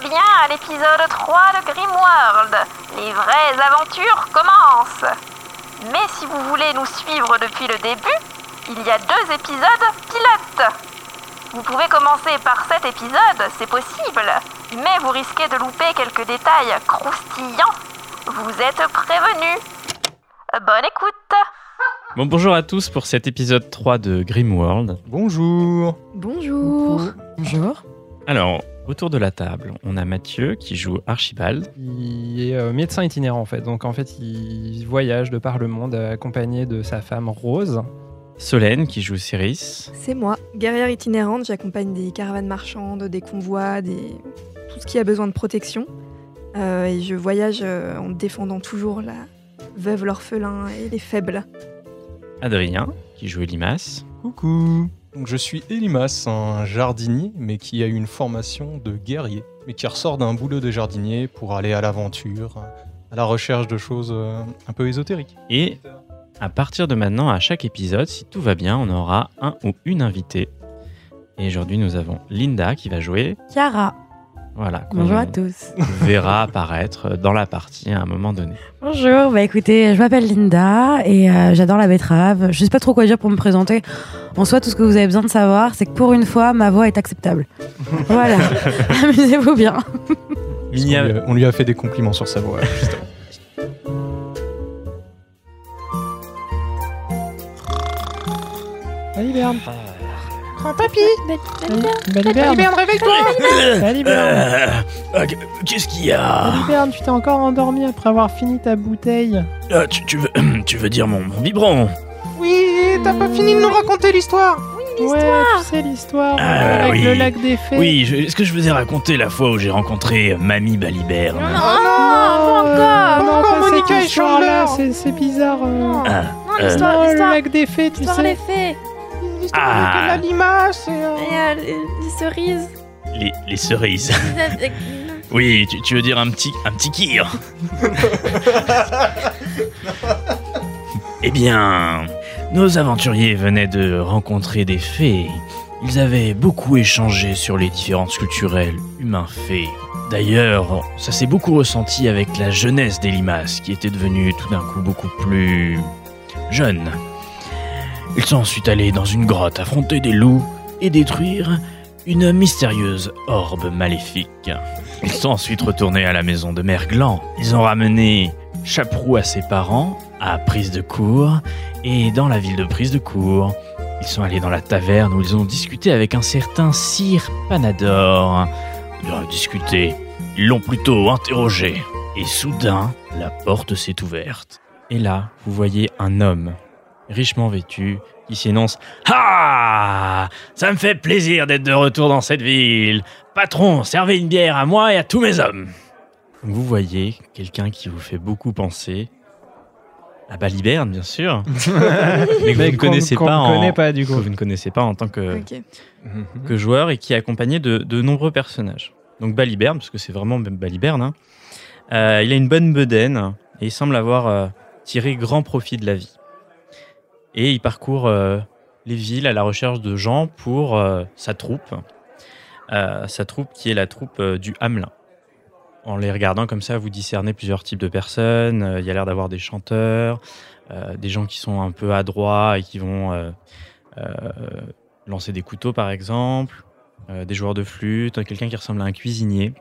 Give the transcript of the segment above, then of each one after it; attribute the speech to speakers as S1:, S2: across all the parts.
S1: bien à l'épisode 3 de Grimworld. Les vraies aventures commencent. Mais si vous voulez nous suivre depuis le début, il y a deux épisodes pilotes. Vous pouvez commencer par cet épisode, c'est possible, mais vous risquez de louper quelques détails croustillants. Vous êtes prévenus. Bonne écoute.
S2: Bon, bonjour à tous pour cet épisode 3 de Grimworld.
S3: Bonjour
S4: Bonjour.
S5: Bonjour.
S2: Alors, autour de la table, on a Mathieu qui joue Archibald.
S3: Il est euh, médecin itinérant en fait, donc en fait il voyage de par le monde euh, accompagné de sa femme Rose.
S2: Solène qui joue Cyrus.
S5: C'est moi, guerrière itinérante. J'accompagne des caravanes marchandes, des convois, des... tout ce qui a besoin de protection. Euh, et je voyage euh, en défendant toujours la veuve, l'orphelin et les faibles.
S2: Adrien qui joue Limace.
S6: Coucou Donc je suis Elimas, un jardinier, mais qui a eu une formation de guerrier, mais qui ressort d'un boulot de jardinier pour aller à l'aventure, à la recherche de choses euh, un peu ésotériques.
S2: Et à partir de maintenant, à chaque épisode, si tout va bien, on aura un ou une invitée. Et aujourd'hui, nous avons Linda qui va jouer.
S4: Chiara.
S2: Voilà. qu'on
S4: Bonjour à tous.
S2: verra apparaître dans la partie à un moment donné.
S4: Bonjour. Bah écoutez, je m'appelle Linda et euh, j'adore la betterave. Je sais pas trop quoi dire pour me présenter. En soi, tout ce que vous avez besoin de savoir, c'est que pour une fois, ma voix est acceptable. voilà. Amusez-vous bien.
S6: Parce qu'on lui a- on lui a fait des compliments sur sa voix. justement.
S3: Baliberne
S7: Euh, Qu'est-ce qu'il y a
S3: tu t'es encore endormi après avoir fini ta bouteille.
S7: Ah, tu, tu veux, tu veux dire mon, mon biberon
S8: Oui, t'as pas fini de nous raconter l'histoire.
S3: Ouais, tu sais l'histoire
S7: Ah,
S3: avec
S7: oui.
S3: le lac des fées.
S7: Oui, je- est-ce que je vous ai raconté la fois où j'ai rencontré Mamie Baliberne
S3: Oh non,
S8: Ah, pas encore. Pas encore,
S3: pas cette
S8: Monica et
S3: histoire-là, c'est
S8: Chandler.
S3: c'est bizarre. euh.
S7: Ah, euh,
S3: Non, le lac des fées, tu sais.
S5: fées
S8: L'histoire
S7: Ah.
S8: avec la limace et... euh,
S5: les, cerises.
S7: les, les cerises. Oui, tu, tu veux dire un petit, un petit kir Eh bien, nos aventuriers venaient de rencontrer des fées. Ils avaient beaucoup échangé sur les différences culturelles humains-fées. D'ailleurs, ça s'est beaucoup ressenti avec la jeunesse des limaces, qui était devenue tout d'un coup beaucoup plus jeune. Ils sont ensuite allés dans une grotte affronter des loups et détruire une mystérieuse orbe maléfique. Ils sont ensuite retournés à la maison de Merglan. Ils ont ramené Chaprou à ses parents, à Prise de Cour, et dans la ville de Prise de Cour, ils sont allés dans la taverne où ils ont discuté avec un certain Sir Panador. Ils ont discuté, ils l'ont plutôt interrogé, et soudain, la porte s'est ouverte.
S2: Et là, vous voyez un homme richement vêtu qui s'énonce Ah
S7: Ça me fait plaisir d'être de retour dans cette ville. Patron, servez une bière à moi et à tous mes hommes.
S2: Vous voyez quelqu'un qui vous fait beaucoup penser à Baliberne, bien sûr, mais que vous
S3: Mais
S2: ne
S3: qu'on-
S2: connaissez
S3: qu'on
S2: pas,
S3: ne
S2: en-
S3: connaît pas, du
S2: que
S3: coup.
S2: vous ne connaissez pas en tant que,
S5: Ok.
S2: que joueur et qui est accompagné de, de nombreux personnages. Donc Baliberne, parce que c'est vraiment même Baliberne, hein. Euh, il a une bonne bedaine et il semble avoir euh, tiré grand profit de la vie. Et il parcourt euh, les villes à la recherche de gens pour euh, sa troupe, Euh, sa troupe qui est la troupe euh, du Hamelin. En les regardant comme ça, vous discernez plusieurs types de personnes. Euh, Il y a l'air d'avoir des chanteurs, euh, des gens qui sont un peu adroits et qui vont euh, euh, lancer des couteaux par exemple, euh, des joueurs de flûte, quelqu'un qui ressemble à un cuisinier,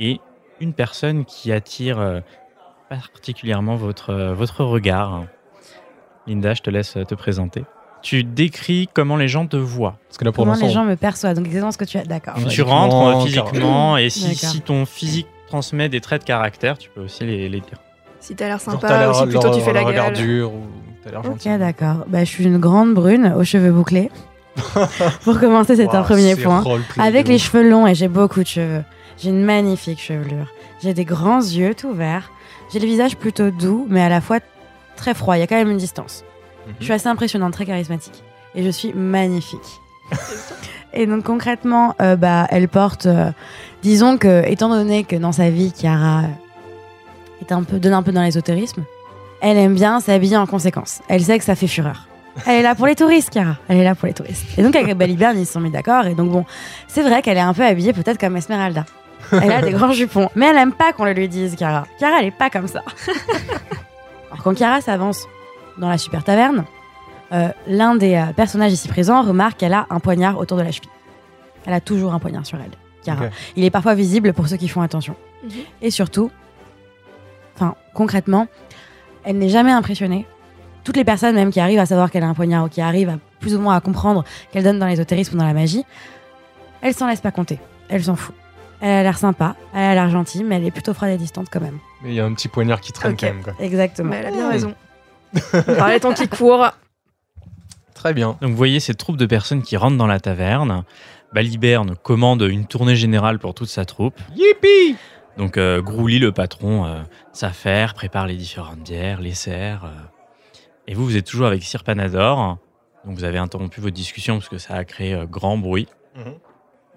S2: et une personne qui attire euh, particulièrement votre, euh, votre regard. Linda, je te laisse euh, te présenter. Tu décris comment les gens te voient.
S6: Parce que là pour
S4: Comment les gens
S6: l'instant,
S4: me perçoivent. Donc exactement ce que tu as. D'accord.
S6: Ouais.
S2: Tu rentres euh,
S6: Physiquement,
S2: physiquement, et si,
S4: D'accord.
S2: si ton physique transmet des traits de caractère, tu peux aussi les, les dire.
S5: Si t'as l'air
S6: genre,
S5: sympa,
S6: t'as l'air-
S5: ou si plutôt
S6: leur-
S5: tu fais la
S6: leur regard
S5: gueule.
S6: dur ou t'as l'air
S4: Ok,
S6: gentil.
S4: d'accord. Bah, je suis une grande brune aux cheveux bouclés. pour commencer, c'est un
S6: Ouah,
S4: premier
S6: c'est
S4: point.
S6: roleplay
S4: Avec
S6: de
S4: les
S6: ouf.
S4: cheveux longs et j'ai beaucoup de cheveux. J'ai une magnifique chevelure. J'ai des grands yeux tout verts. J'ai le visage plutôt doux, mais à la fois très froid. Il y a quand même une distance.
S6: Mhm.
S4: Je suis assez impressionnante, très charismatique. Et je suis magnifique. et donc concrètement, euh, bah, elle porte. euh, disons que, étant donné que dans sa vie, Chiara euh, est un peu, donne un peu dans l'ésotérisme, elle aime bien s'habiller en conséquence. Elle sait que ça fait fureur. Elle est là pour les touristes, Chiara. Elle est là pour les touristes. Et donc, avec Baliberne, ils se sont mis d'accord. Et donc, bon, c'est vrai qu'elle est un peu habillée peut-être comme Esmeralda. Elle a des grands jupons. Mais elle aime pas qu'on le lui dise, Cara. Cara, elle est pas comme ça. Alors, quand Cara s'avance dans la super taverne, euh, l'un des euh, personnages ici présents remarque qu'elle a un poignard autour de la cheville. Elle a toujours un poignard sur elle, Cara.
S6: Ok.
S4: Il est parfois visible pour ceux qui font attention.
S5: Mhm.
S4: Et surtout, enfin, concrètement, elle n'est jamais impressionnée. Toutes les personnes, même qui arrivent à savoir qu'elle a un poignard ou qui arrivent à plus ou moins à comprendre qu'elle donne dans l'ésotérisme ou dans la magie, elle s'en laisse pas compter. Elle s'en fout. Elle a l'air sympa, elle a l'air gentille, mais elle est plutôt froide et distante quand même.
S6: Mais il y a un petit poignard qui traîne
S5: Ok.
S6: quand même. quoi.
S4: Exactement.
S5: Mais elle a bien raison. Par les temps qui courent.
S6: Très bien.
S2: Donc vous voyez cette troupe de personnes qui rentrent dans la taverne. Baliberne commande une tournée générale pour toute sa troupe.
S8: Yippee
S2: Donc euh, Grouli, le patron, euh, s'affaire, prépare les différentes bières, les serres. euh. Et vous, vous êtes toujours avec Sir Panador. Donc vous avez interrompu votre discussion parce que ça a créé euh, grand bruit.
S6: Mhm.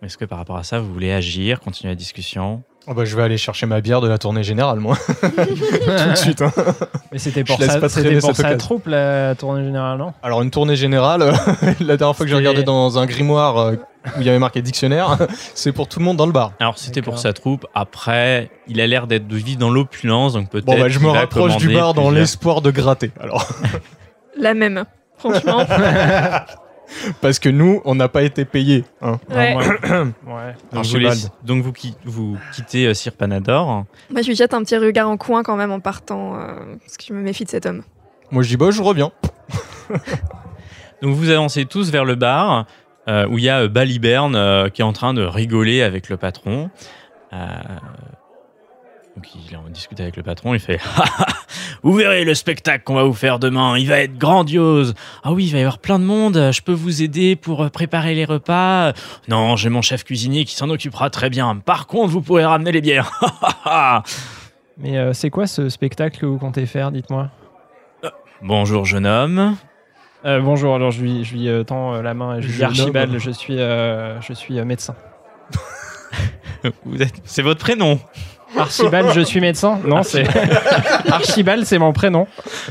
S2: Est-ce que par rapport à ça, vous voulez agir, continuer la discussion
S6: Oh bah, je vais aller chercher ma bière de la tournée générale, moi. Tout de suite. hein.
S3: Mais c'était pour,
S6: Je laisse
S3: sa,
S6: pas traîner
S3: c'était pour
S6: cette
S3: sa
S6: occasion.
S3: troupe, la tournée générale, non
S6: Alors, une tournée générale, euh, la dernière fois que
S3: C'était-
S6: j'ai regardé dans un grimoire euh, où il y avait marqué dictionnaire, c'est pour tout le monde dans le bar.
S2: Alors c'était
S3: D'accord.
S2: pour sa troupe. Après, il a l'air d'être de vivre dans l'opulence, donc peut-être.
S6: Bon, bah, je
S2: qu'il
S6: me
S2: va
S6: rapproche du
S2: commander
S6: bar dans
S2: plusieurs-
S6: l'espoir de gratter. Alors,
S5: La même, franchement.
S6: parce que nous, on n'a pas été payés. hein.
S5: Ouais.
S3: Non, moi- ouais.
S2: Donc, vous,
S6: Archibald.
S2: laissez- donc vous, qui- vous quittez euh, Sir Panador.
S5: Moi, je lui jette un petit regard en coin quand même en partant, euh, parce que je me méfie de cet homme.
S6: Moi, je dis, bah, je reviens.
S2: Donc vous avancez tous vers le bar euh, où il y a euh, Baliberne euh, qui est en train de rigoler avec le patron. Euh, donc il en discute avec le patron, il fait Ah,
S7: Vous verrez le spectacle qu'on va vous faire demain, il va être grandiose.
S2: Ah oui, il va y avoir plein de monde, je peux vous aider pour euh, préparer les repas.
S7: Non, j'ai mon chef cuisinier qui s'en occupera très bien. Par contre, vous pourrez ramener les bières.
S3: Mais euh, c'est quoi ce spectacle que vous comptez faire, dites-moi
S2: Bonjour jeune homme.
S3: Euh, Bonjour, alors je lui, je lui euh, tends euh, la main et je lui dis
S6: Jeune homme.
S3: Archibald, je suis, euh, je suis euh, médecin.
S2: Vous êtes- C'est votre prénom.
S3: Archibald, je suis médecin Non, c'est. Archibald, c'est mon prénom.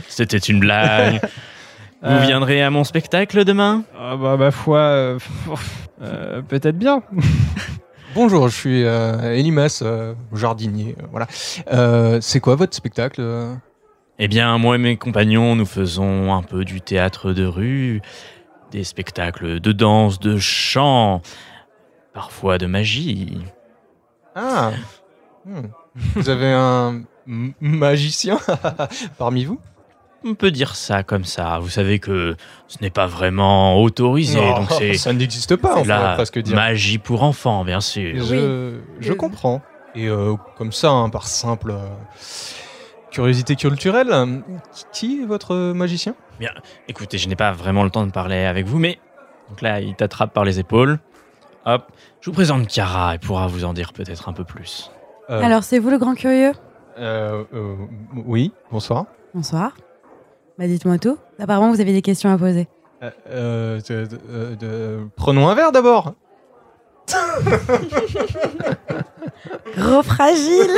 S2: C'était une blague. vous
S3: Euh,
S2: viendrez à mon spectacle demain
S3: Ah bah, ma foi, euh, euh, peut-être bien.
S6: Bonjour, je suis euh, Elimas, euh, jardinier. euh, voilà. Euh, c'est quoi votre spectacle euh
S2: Eh bien, moi et mes compagnons, nous faisons un peu du théâtre de rue, des spectacles de danse, de chant, parfois de magie.
S6: Ah Hmm. Vous avez un m- magicien parmi vous
S2: On peut dire ça comme ça. Vous savez que ce n'est pas vraiment autorisé,
S6: Non,
S2: donc c'est
S6: Ça n'existe pas, on
S2: de la
S6: pourrait presque dire.
S2: magie pour enfants, bien sûr.
S6: Je, je
S5: Euh.
S6: comprends. Et euh, comme ça, hein, par simple euh, curiosité culturelle, euh, qui- qui est votre magicien
S2: Écoutez, je n'ai pas vraiment le temps de parler avec vous, mais donc là, il t'attrape par les épaules. Hop, je vous présente Cara, elle pourra vous en dire peut-être un peu plus.
S6: Euh,
S4: Alors, c'est vous le grand curieux
S6: euh, euh, Oui, bonsoir.
S4: Bonsoir. Bah, dites-moi tout. Apparemment, vous avez des questions à poser.
S6: Euh, euh, de- de- euh, de- prenons un verre d'abord.
S4: Gros fragile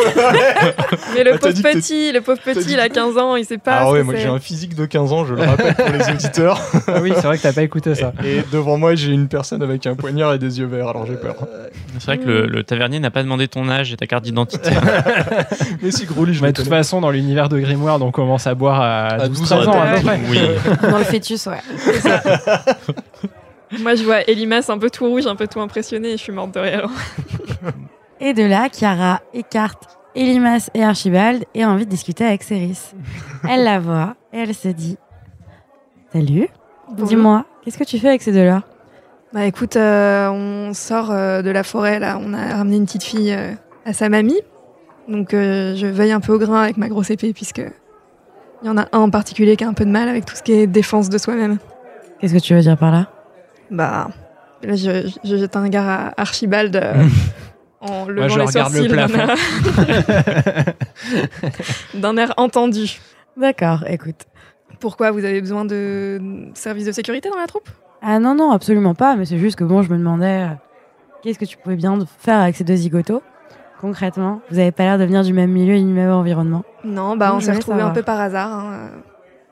S5: Mais le
S6: Bah,
S5: pauvre
S6: t'as dit que t'es-
S5: petit, le pauvre
S6: dit
S5: petit, il a 15 ans, il sait pas.
S6: Ah
S5: ce
S6: ouais,
S5: que
S6: moi
S5: c'est.
S6: j'ai un physique de 15 ans, je le rappelle pour les auditeurs.
S3: Ah oui, c'est vrai que t'as pas écouté ça.
S6: Et devant moi j'ai une personne avec un poignard et des yeux verts, alors j'ai peur.
S2: C'est vrai que le, le tavernier n'a pas demandé ton âge et ta carte d'identité.
S6: Mais si Grouli, je
S3: Mais
S6: le
S3: de toute
S6: connais.
S3: façon, dans l'univers de Grimoire, donc on commence à boire à
S6: À 12
S3: 12-13 ans à peu
S5: ans.
S3: près.
S2: oui.
S4: Dans le fœtus, ouais.
S5: Moi, je vois Elimas un peu tout rouge, un peu tout impressionné, et je suis morte de rire.
S4: Et de là, Chiara écarte Elimas et Archibald et a envie de discuter avec Céris. Elle la voit et elle se dit Salut, dis-moi, qu'est-ce que tu fais avec ces deux-là
S5: Bah écoute, euh, on sort euh, de la forêt là, on a ramené une petite fille euh, à sa mamie. Donc euh, je veille un peu au grain avec ma grosse épée puisque il y en a un en particulier qui a un peu de mal avec tout ce qui est défense de soi-même.
S4: Qu'est-ce que tu veux dire par là
S5: Bah là je, je- je jette un regard à Archibald euh, en levant
S3: je
S5: les
S3: regarde le
S5: sourcils d'un
S3: plafond.
S5: air- d'un air entendu.
S4: D'accord, écoute.
S5: Pourquoi vous avez besoin de services de sécurité dans la troupe
S4: Ah non, non, absolument pas, mais c'est juste que bon, je me demandais euh, qu'est-ce que tu pouvais bien faire avec ces deux zigotos Concrètement, vous avez pas l'air de venir du même milieu et du même environnement.
S5: Non, bah
S4: Non,
S5: on
S4: je
S5: s'est
S4: voulais
S5: retrouvés un
S4: savoir.
S5: peu par hasard. hein.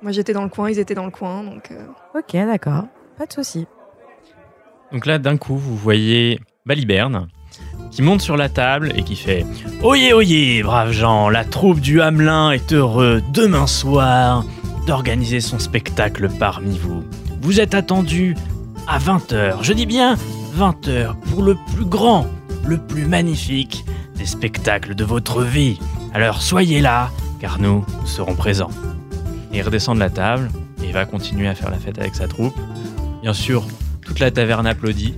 S5: Moi j'étais dans le coin, ils étaient dans le coin, donc. euh,
S4: Ok, d'accord, pas de souci.
S2: Donc là, d'un coup, vous voyez Baliberne qui monte sur la table et qui fait Oyez, oyez, braves gens, la troupe du Hamelin est heureux demain soir d'organiser son spectacle parmi vous. Vous êtes attendus à 20h, je dis bien 20h, pour le plus grand, le plus magnifique des spectacles de votre vie. Alors soyez là, car nous, nous serons présents. Et il redescend de la table et il va continuer à faire la fête avec sa troupe. Bien sûr, toute la taverne applaudit.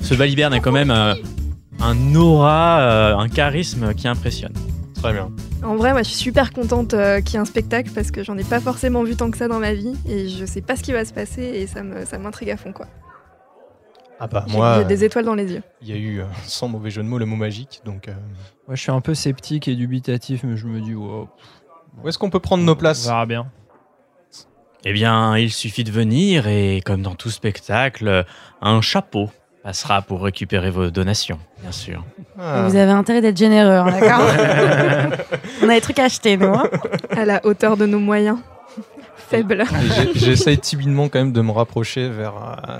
S2: Ce baliberne a quand même euh, un aura, euh, un charisme qui impressionne.
S6: Très bien.
S5: En vrai, moi, je suis super contente euh, qu'il y ait un spectacle parce que j'en ai pas forcément vu tant que ça dans ma vie et je sais pas ce qui va se passer et ça me- ça m'intrigue à fond, quoi.
S6: Ah bah,
S5: J'ai
S6: moi,
S3: euh,
S5: j'ai des étoiles dans les yeux.
S6: il y a eu, euh, sans mauvais jeu de mots, le mot magique. Donc, euh,
S3: Moi, je suis un peu sceptique et dubitatif, mais je me dis, wow,
S6: où est-ce qu'on peut prendre nos
S3: on
S6: places
S3: verra bien.
S2: Eh bien, il suffit de venir et, comme dans tout spectacle, un chapeau passera pour récupérer vos donations, bien sûr.
S6: Ah.
S4: Vous avez intérêt d'être généreux, hein, d'accord On a des trucs à acheter, nous. hein.
S5: À la hauteur de nos moyens. Faible.
S6: Et j'ai- J'essaye timidement quand même de me rapprocher vers, euh,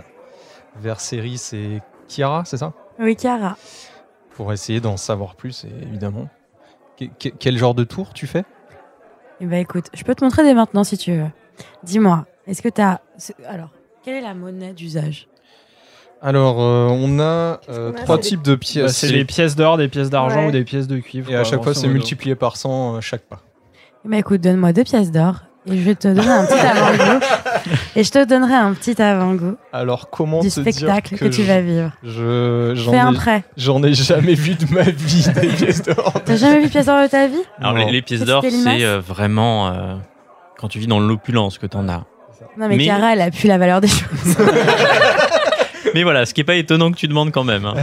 S6: vers Céris et Kiara, c'est ça
S4: oui, Chiara.
S6: Pour essayer d'en savoir plus, et évidemment. Que- que- quel genre de tour tu fais
S4: Eh ben, écoute, je peux te montrer dès maintenant si tu veux. Dis-moi, est-ce que t'as. c'est- Alors, quelle est la monnaie d'usage
S6: Alors, euh, on a euh,
S5: qu'on a
S6: trois
S5: C'est
S6: types de
S3: Bah,
S6: pièces.
S3: c'est des pièces d'or, des pièces d'argent
S5: Ouais.
S3: ou des pièces de cuivre.
S6: Et à
S3: quoi,
S6: chaque fois,
S3: grosso
S6: c'est
S3: modo.
S6: multiplié par 100 euh, chaque pas.
S4: Eh ben, écoute, donne-moi deux pièces d'or et je vais te donner un petit avant-goût. Et je te donnerai un petit avant-goût
S6: Alors, comment
S4: du
S6: te
S4: spectacle
S6: dire
S4: que, tu
S6: je-
S4: vas vivre.
S6: je-
S4: Fais
S6: J'en
S4: un
S6: ai,
S4: prêt.
S6: j'en ai jamais vu de ma vie des pièces d'or.
S4: T'as jamais vu pièce d'or de ta vie
S2: Alors,
S6: Non.
S2: les, les pièces
S4: Petite
S2: d'or,
S4: limace.
S2: c'est euh, vraiment euh, quand tu vis dans l'opulence que t'en as.
S4: Non, mais,
S2: Mais-
S4: Chiara, elle a plus la valeur des choses.
S2: Mais voilà, ce qui est pas étonnant que tu demandes quand même. hein.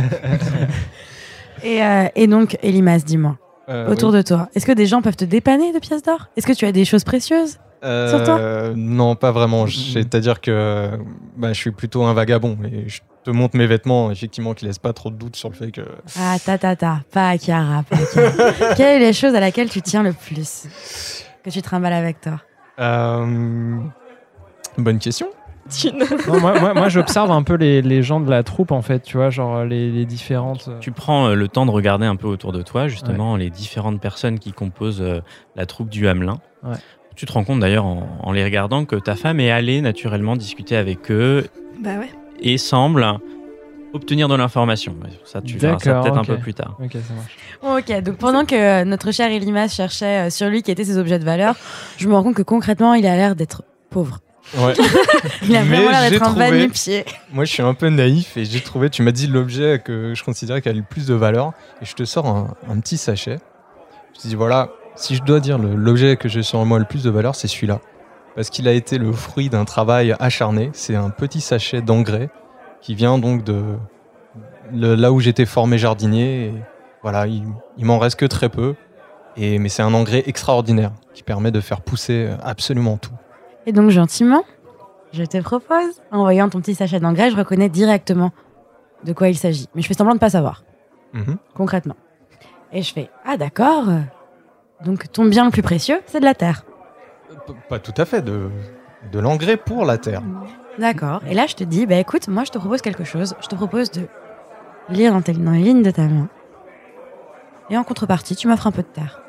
S4: Et, euh, et donc, Elimas, dis-moi,
S6: Euh,
S4: autour de toi, est-ce que des gens peuvent te dépanner de pièces d'or Est-ce que tu as des choses précieuses
S6: Euh,
S4: Sur Mm-hmm.
S6: Non, pas vraiment. C'est-à-dire que bah, je suis plutôt un vagabond. Et je te montre mes vêtements, effectivement, qui laissent pas trop de doute sur le fait que.
S4: Ah, ta ta ta, pas à Chiara. Pas à Chiara. Quelle est la chose à laquelle tu tiens le plus Que tu trimbales avec toi
S6: Euh, Bonne question.
S5: Thune.
S3: Non, moi, moi- moi, j'observe un peu les, les gens de la troupe, en fait, tu vois, genre les, les différentes. euh,
S2: Tu prends euh, le temps de regarder un peu autour de toi, justement, les différentes personnes qui composent euh, la troupe du Hamelin.
S3: Ouais.
S2: Tu te rends compte d'ailleurs en, en les regardant que ta femme est allée naturellement discuter avec eux
S5: Bah ouais.
S2: et semble obtenir de l'information. Mais Ça, tu verras ça
S3: D'accord,
S2: peut-être
S3: ok.
S2: un peu plus tard.
S3: Ok, ça marche.
S4: Ok, donc pendant que euh, notre cher Elimas cherchait euh, sur lui qui étaient ses objets de valeur, je me rends compte que concrètement, il a l'air d'être pauvre.
S6: Ouais.
S4: Il a
S6: Mais
S4: vraiment l'air
S6: j'ai
S4: d'être un
S6: trouvé-
S4: vanille-pied.
S6: Moi, je suis un peu naïf et j'ai trouvé. Tu m'as dit l'objet que je considérais qui a le plus de valeur et je te sors un, un petit sachet. Je te dis voilà, si je dois dire le- l'objet que j'ai sur moi le plus de valeur, c'est celui-là. Parce qu'il a été le fruit d'un travail acharné. C'est un petit sachet d'engrais qui vient donc de le- là où j'étais formé jardinier. Et voilà, il, il m'en reste que très peu. Et, mais c'est un engrais extraordinaire qui permet de faire pousser absolument tout.
S4: Et donc, gentiment, je te propose, en voyant ton petit sachet d'engrais, je reconnais directement de quoi il s'agit. Mais je fais semblant de pas savoir.
S6: Mhm.
S4: concrètement. Et je fais Ah, d'accord. Donc, ton bien le plus précieux, c'est de la terre.
S6: P- Pas tout à fait, de, de l'engrais pour la terre.
S4: D'accord. Et là, je te dis Bah écoute, moi, je te propose quelque chose. Je te propose de lire dans, tes- dans les lignes de ta main. Et en contrepartie, tu m'offres un peu de terre.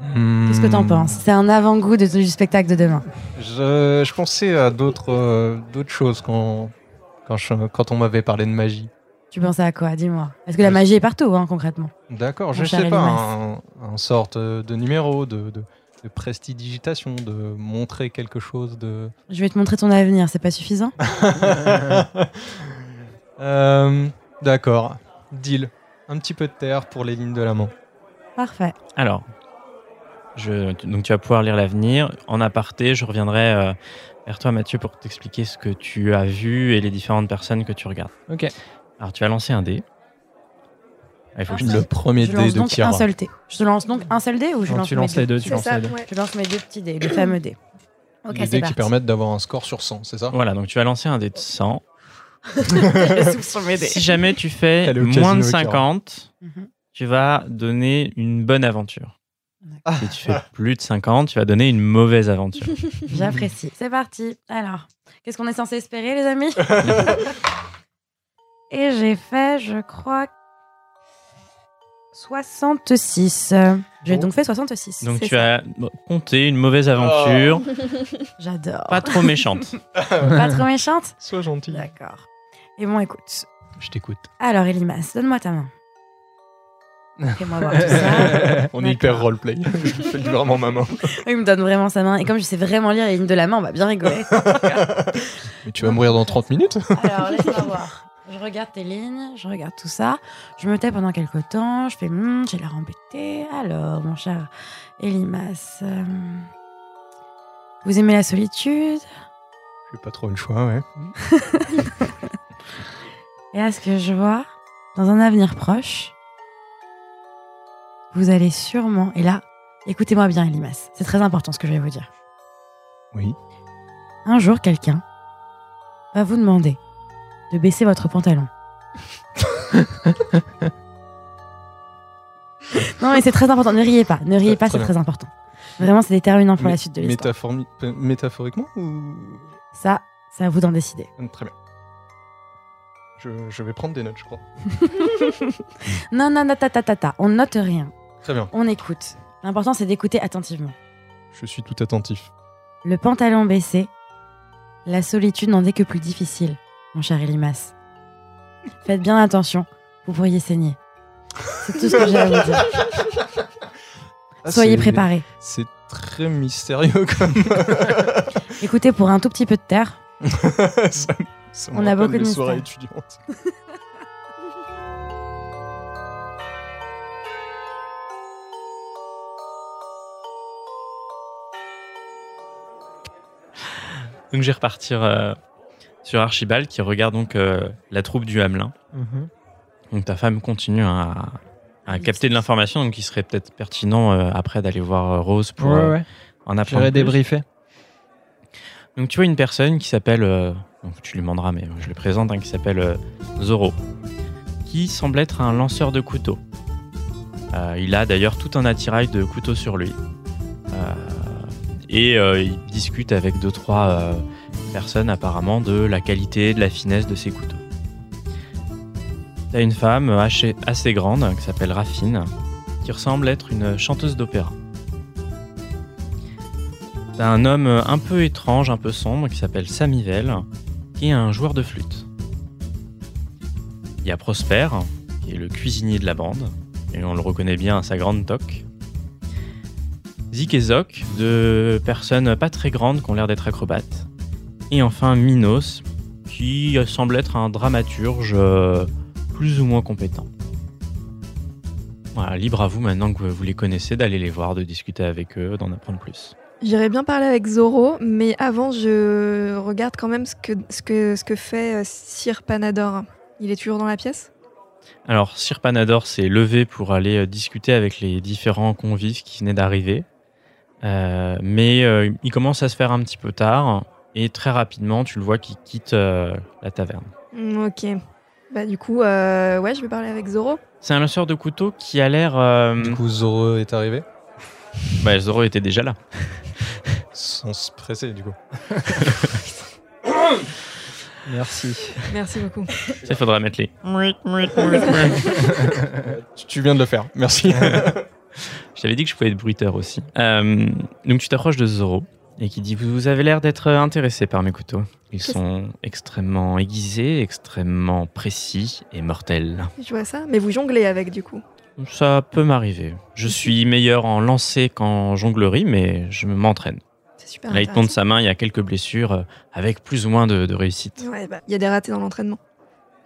S4: Qu'est-ce que t'en
S6: Hmm.
S4: penses C'est un avant-goût de- du spectacle de demain.
S6: je, je pensais à d'autres euh, d'autres choses quand, quand, je- quand on m'avait parlé de magie.
S4: Tu pensais à quoi Dis-moi. Parce que la
S6: Bah, Je-
S4: magie est partout, hein, concrètement.
S6: D'accord, je
S4: Mon cher
S6: sais pas,
S4: Elimas.
S6: un, un sorte de numéro, de, de, de prestidigitation, de montrer quelque chose de...
S4: Je vais te montrer ton avenir, c'est pas suffisant
S6: Euh, D'accord, deal. Un petit peu de terre pour les lignes de la main.
S4: Parfait.
S2: Alors, je, tu- donc tu vas pouvoir lire l'avenir. En aparté, je reviendrai euh, vers toi, Mathieu, pour t'expliquer ce que tu as vu et les différentes personnes que tu regardes.
S3: Ok.
S2: Alors, tu vas lancer un dé. Ah, il faut que je
S4: Un
S2: te-
S6: Le premier
S4: Je
S6: dé
S4: lance
S6: de
S4: donc
S6: Kira.
S4: un seul dé. Je te lance donc un seul dé ou je
S3: Non,
S4: lance
S3: tu
S4: mes
S3: lances les deux, tu
S5: C'est
S3: lances
S5: ça,
S3: les deux.
S5: ouais.
S4: Je lance mes deux petits dés, les fameux dés. Ok,
S6: les
S4: c'est
S6: dés qui
S4: parti.
S6: permettent d'avoir un score sur 100, c'est ça
S2: Voilà, donc tu vas lancer un dé de 100.
S4: Je souffle sur
S3: Eh ben.
S4: mes dés.
S2: Si jamais tu fais
S6: Allez au
S2: moins de
S6: casino, Kira.
S2: 50,
S4: Mhm.
S2: tu vas donner une bonne aventure.
S4: D'accord.
S2: Si tu fais plus de 50, tu vas donner une mauvaise aventure.
S4: J'apprécie. C'est parti. Alors, qu'est-ce qu'on est censé espérer, les amis Et j'ai fait, je crois, 66. J'ai
S3: Oh.
S6: Bon.
S4: donc fait 66.
S2: Donc
S4: C'est
S2: tu
S4: ça. Oh.
S2: as bon, compté une mauvaise aventure,
S4: J'adore.
S2: pas trop méchante.
S4: Pas trop méchante
S6: Sois gentil.
S4: D'accord. Et bon, écoute.
S6: Je t'écoute.
S4: Alors, Elimas, donne-moi ta main. Fais-moi voir tout ça.
S6: On est hyper roleplay. je fais vraiment ma main.
S4: Il me donne vraiment sa main. Et comme je sais vraiment lire les lignes de la main, on va bien rigoler.
S6: Mais tu vas mourir dans 30 minutes
S4: Alors, laisse-moi voir. Je regarde tes lignes, je regarde tout ça. Je me tais pendant quelques temps. Je fais, Hmm, j'ai l'air embêté. Alors, mon cher Elimas, euh, vous aimez la solitude
S6: J'ai pas trop le choix, ouais.
S4: Et à ce que je vois, dans un avenir proche, vous allez sûrement. Et là, écoutez-moi bien, Elimas. C'est très important ce que je vais vous dire.
S6: Oui.
S4: Un jour, quelqu'un va vous demander de baisser votre pantalon. non, mais c'est très important. Ne riez pas. Ne
S6: Très-
S4: riez pas,
S6: très
S4: c'est
S6: bien.
S4: très important. Vraiment, c'est déterminant pour
S6: Mé-
S4: la suite de l'histoire.
S6: métaphormi- euh, Métaphoriquement ou.
S4: Ça, c'est à vous d'en décider.
S6: Hum, Très bien. Je, je vais prendre des notes, je crois.
S4: Non, non, non, ta, ta, ta, ta. On note rien.
S6: Très bien.
S4: On écoute. L'important, c'est d'écouter attentivement.
S6: Je suis tout attentif.
S4: Le pantalon baissé, la solitude n'en est que plus difficile, mon cher Elimas. Faites bien attention, vous pourriez saigner. C'est tout ce que j'ai à vous dire.
S6: Ah,
S4: Soyez
S6: c'est-
S4: préparés.
S6: C'est très mystérieux comme.
S4: Écoutez, pour un tout petit peu de terre,
S6: Ça- ça me
S4: On a
S6: rappelle
S4: beaucoup de
S6: les soirées
S4: mystères.
S6: étudiantes.
S2: Donc je vais repartir euh, sur Archibald qui regarde donc euh, la troupe du Hamelin.
S3: Mhm.
S2: Donc ta femme continue à, à capter de l'information, donc il serait peut-être pertinent euh, après d'aller voir euh, Rose pour
S3: Ouais,
S2: euh,
S3: ouais.
S2: en
S3: J'aurais
S2: apprendre. plus.
S3: débriefé.
S2: Donc tu vois une personne qui s'appelle, euh, donc tu lui demanderas, mais je le présente, hein, qui s'appelle euh, Zoro, qui semble être un lanceur de couteaux. Euh, il a d'ailleurs tout un attirail de couteaux sur lui. Euh, et euh, il discute avec deux trois euh, personnes apparemment de la qualité, de la finesse de ses couteaux. T'as une femme assez, assez grande qui s'appelle Raffine, qui ressemble être une chanteuse d'opéra. T'as un homme un peu étrange, un peu sombre, qui s'appelle Samivel, qui est un joueur de flûte. Il y a Prosper, qui est le cuisinier de la bande, et on le reconnaît bien à sa grande toque. Zik et Zok, deux personnes pas très grandes qui ont l'air d'être acrobates. Et enfin Minos, qui semble être un dramaturge euh, plus ou moins compétent. Voilà, libre à vous maintenant que vous les connaissez d'aller les voir, de discuter avec eux, d'en apprendre plus.
S5: J'irais bien parler avec Zoro, mais avant, je regarde quand même ce que, ce que, ce que fait euh, Sir Panador. Il est toujours dans la pièce
S2: Alors, Sir Panador s'est levé pour aller euh, discuter avec les différents convives qui venaient d'arriver. Euh, mais euh, il commence à se faire un petit peu tard. Et très rapidement, tu le vois qu'il quitte euh, la taverne.
S5: Hmm,
S4: Mm,
S5: Ok. Bah, du coup, euh, ouais, je vais parler avec Zoro.
S2: C'est un lanceur de couteau qui a l'air. euh,
S6: Du coup, Zoro est arrivé
S2: Bah, Zoro était déjà là.
S6: sans se presser, du coup.
S3: Merci.
S5: Merci beaucoup.
S2: Ça, il faudra mettre les.
S6: Tu- Tu viens de le faire. Merci.
S2: Je t'avais dit que je pouvais être bruiteur aussi. Euh, donc, tu t'approches de Zoro et qui dit Vous vous avez l'air d'être euh, intéressé par mes couteaux. Ils sont extrêmement aiguisés, extrêmement précis et mortels.
S5: Je vois ça. Mais vous jonglez avec, du coup.
S2: Ça peut m'arriver. Je suis meilleur en lancer qu'en jonglerie, mais je m'entraîne.
S5: C'est super
S2: Là, il tourne sa main, il y a quelques blessures, euh, avec plus ou moins de, de réussite.
S5: bah, Il y a des ratés dans l'entraînement.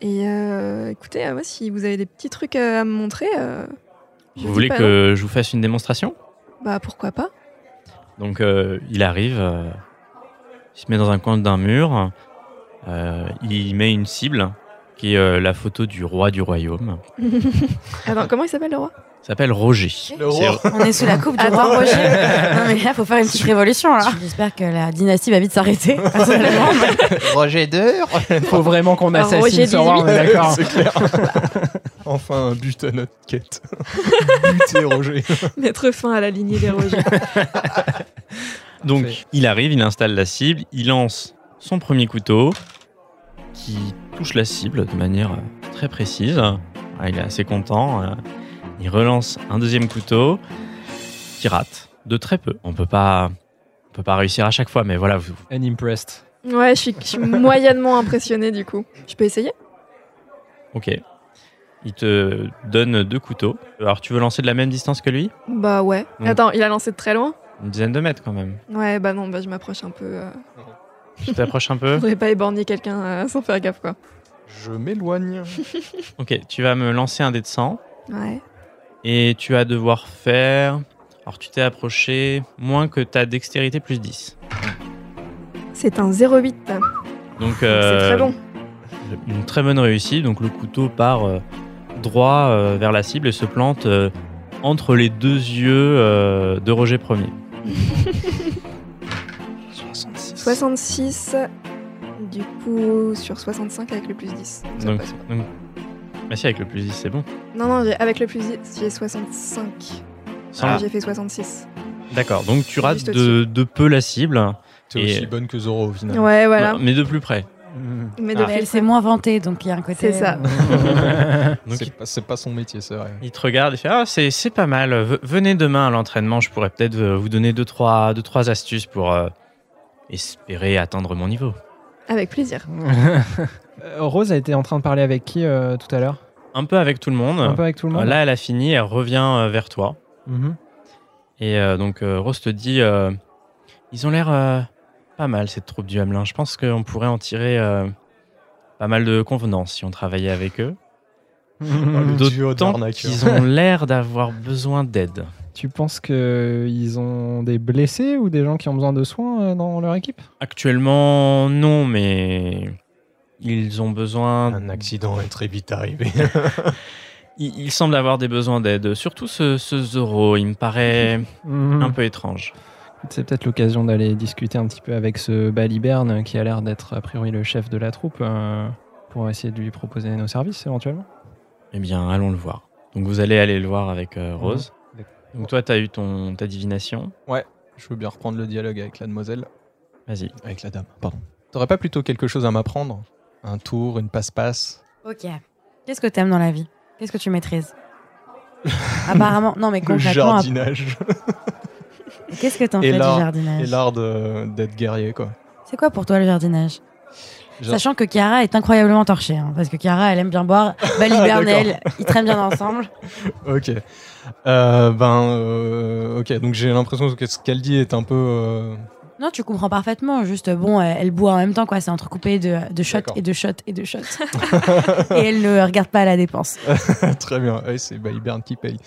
S5: Et euh, écoutez, euh, ouais, si vous avez des petits trucs euh, à me montrer, euh, je
S2: Vous
S5: dis
S2: voulez
S5: pas
S2: que je vous fasse une démonstration
S5: non. Bah pourquoi pas
S2: Donc, euh, il arrive, euh, il se met dans un coin d'un mur, euh, il met une cible, qui est euh, la photo du roi du royaume.
S5: Attends, Ah ben, comment il s'appelle le roi
S2: Il s'appelle Roger.
S6: Le roi.
S2: C'est-
S4: on est sous la coupe du roi Roger. Non, mais là, faut faire une petite révolution, là. J'espère que la dynastie va vite s'arrêter. personnellement.
S8: Roger 2.
S3: Faut vraiment qu'on
S5: Alors, Roger
S3: assassine ce roi, on est
S5: 18.
S3: d'accord.
S6: C'est clair. enfin, un but à notre quête. Buter Roger.
S5: Mettre fin à la lignée des Rogers.
S2: Donc,
S3: Parfait.
S2: il arrive, il installe la cible, il lance son premier couteau, qui touche la cible de manière euh, très précise. Ah, il est assez content. euh, Il relance un deuxième couteau qui rate de très peu. On peut pas, on peut pas réussir à chaque fois, mais voilà, vous-
S3: Unimpressed.
S5: Ouais, je suis, je suis moyennement impressionnée du coup. Je peux essayer
S2: ok. Il te donne deux couteaux. Alors tu veux lancer de la même distance que lui
S5: Bah ouais.
S2: Mm.
S5: Attends, il a lancé de très loin
S2: Une dizaine de mètres quand même.
S5: Ouais, bah non, bah je m'approche un peu. Euh...
S2: Tu t'approches un
S5: Je
S2: peu
S5: voudrais pas éborgner quelqu'un euh, sans faire gaffe quoi.
S6: Je m'éloigne.
S2: Ok, tu vas me lancer un dé de 100.
S5: Ouais.
S2: Et tu vas devoir faire. Alors, tu t'es approché moins que ta dextérité plus 10.
S5: C'est un 08. Donc
S2: Donc,
S5: C'est
S2: euh,
S5: très bon.
S2: une très bonne réussite. Donc, le couteau part euh, droit euh, vers la cible et se plante euh, entre les deux yeux euh, de Roger Ier.
S6: 66.
S5: 66. Du coup, sur 65 avec le plus 10. Donc ça
S2: Donc,
S5: passe pas.
S2: donc- Bah, si, avec le plus 10, c'est bon.
S5: Non, non, j'ai- avec le plus 10, j'ai 65.
S2: Sans-
S5: Ah, J'ai fait 66.
S2: D'accord. Donc, tu
S5: Juste
S2: rates de, de peu la cible.
S6: T'es
S2: Et-
S6: aussi bonne que Zoro au final.
S5: Ouais, voilà.
S2: Mais de plus près.
S6: Mhm.
S5: Mais de
S2: Ah.
S5: plus
S4: Elle s'est
S5: près.
S4: moins vantée, donc il y a un
S5: C'est
S4: côté.
S5: ça.
S2: Donc,
S6: C'est pas, c'est pas son métier, c'est vrai.
S2: Il te regarde et fait Ah, c'est c'est pas mal. V- venez demain à l'entraînement, je pourrais peut-être euh, vous donner deux trois, deux, trois astuces pour euh, espérer atteindre mon niveau.
S5: Avec plaisir.
S3: Euh, Rose a été en train de parler avec qui euh, tout à l'heure
S2: Un peu avec tout le monde.
S3: Un peu avec tout le monde
S2: Là, elle a fini, elle revient euh, vers toi.
S3: Mhm.
S2: Et euh, donc, euh, Rose te dit euh, Ils ont l'air euh, pas mal, cette troupe du Hamelin. Je pense qu'on pourrait en tirer euh, pas mal de convenances si on travaillait avec eux.
S6: Le duo
S2: D'autant
S6: d'arnaqueurs.
S2: qu'ils ont l'air d'avoir besoin d'aide.
S3: Tu penses qu'ils ont des blessés ou des gens qui ont besoin de soins euh, dans leur équipe
S2: Actuellement, non, mais ils ont besoin
S6: Un accident est très vite arrivé.
S2: Il, il semble avoir des besoins d'aide. Surtout ce, ce Zoro, il me paraît
S3: Mhm.
S2: un peu étrange.
S3: C'est peut-être l'occasion d'aller discuter un petit peu avec ce Baliberne qui a l'air d'être a priori le chef de la troupe euh, pour essayer de lui proposer nos services éventuellement.
S2: Eh bien, allons le voir. Donc vous allez aller le voir avec euh, Rose.
S6: Mhm.
S2: Donc toi, t'as eu ton, ta divination.
S6: Je veux bien reprendre le dialogue avec la demoiselle.
S2: Vas-y.
S6: Avec la dame, pardon. T'aurais pas plutôt quelque chose à m'apprendre Un tour, une passe-passe
S4: euh, Ok. Qu'est-ce que t'aimes dans la vie Qu'est-ce que tu maîtrises Apparemment, non mais
S6: Le
S4: concrètement, app-
S6: jardinage.
S4: qu'est-ce que t'en
S6: Et
S4: fais du
S6: l'art-
S4: jardinage
S6: Et l'art de- d'être guerrier, quoi.
S4: C'est quoi pour toi le jardinage
S6: Genre-
S4: Sachant que Chiara est incroyablement torchée, hein, parce que Chiara, elle aime bien boire, Bali
S6: Ah,
S4: Bernel, ils traînent bien ensemble.
S6: Ok. Euh, ben, euh, ok. Donc j'ai l'impression que ce qu'elle dit est un peu. euh,
S4: Non, tu comprends parfaitement, juste bon, euh, elle, elle boit en même temps, quoi, c'est entrecoupé de, de shots
S6: D'accord.
S4: et de shots et de shots. et elle ne regarde pas la dépense.
S6: Très bien, Ouais, c'est Baliberne qui paye.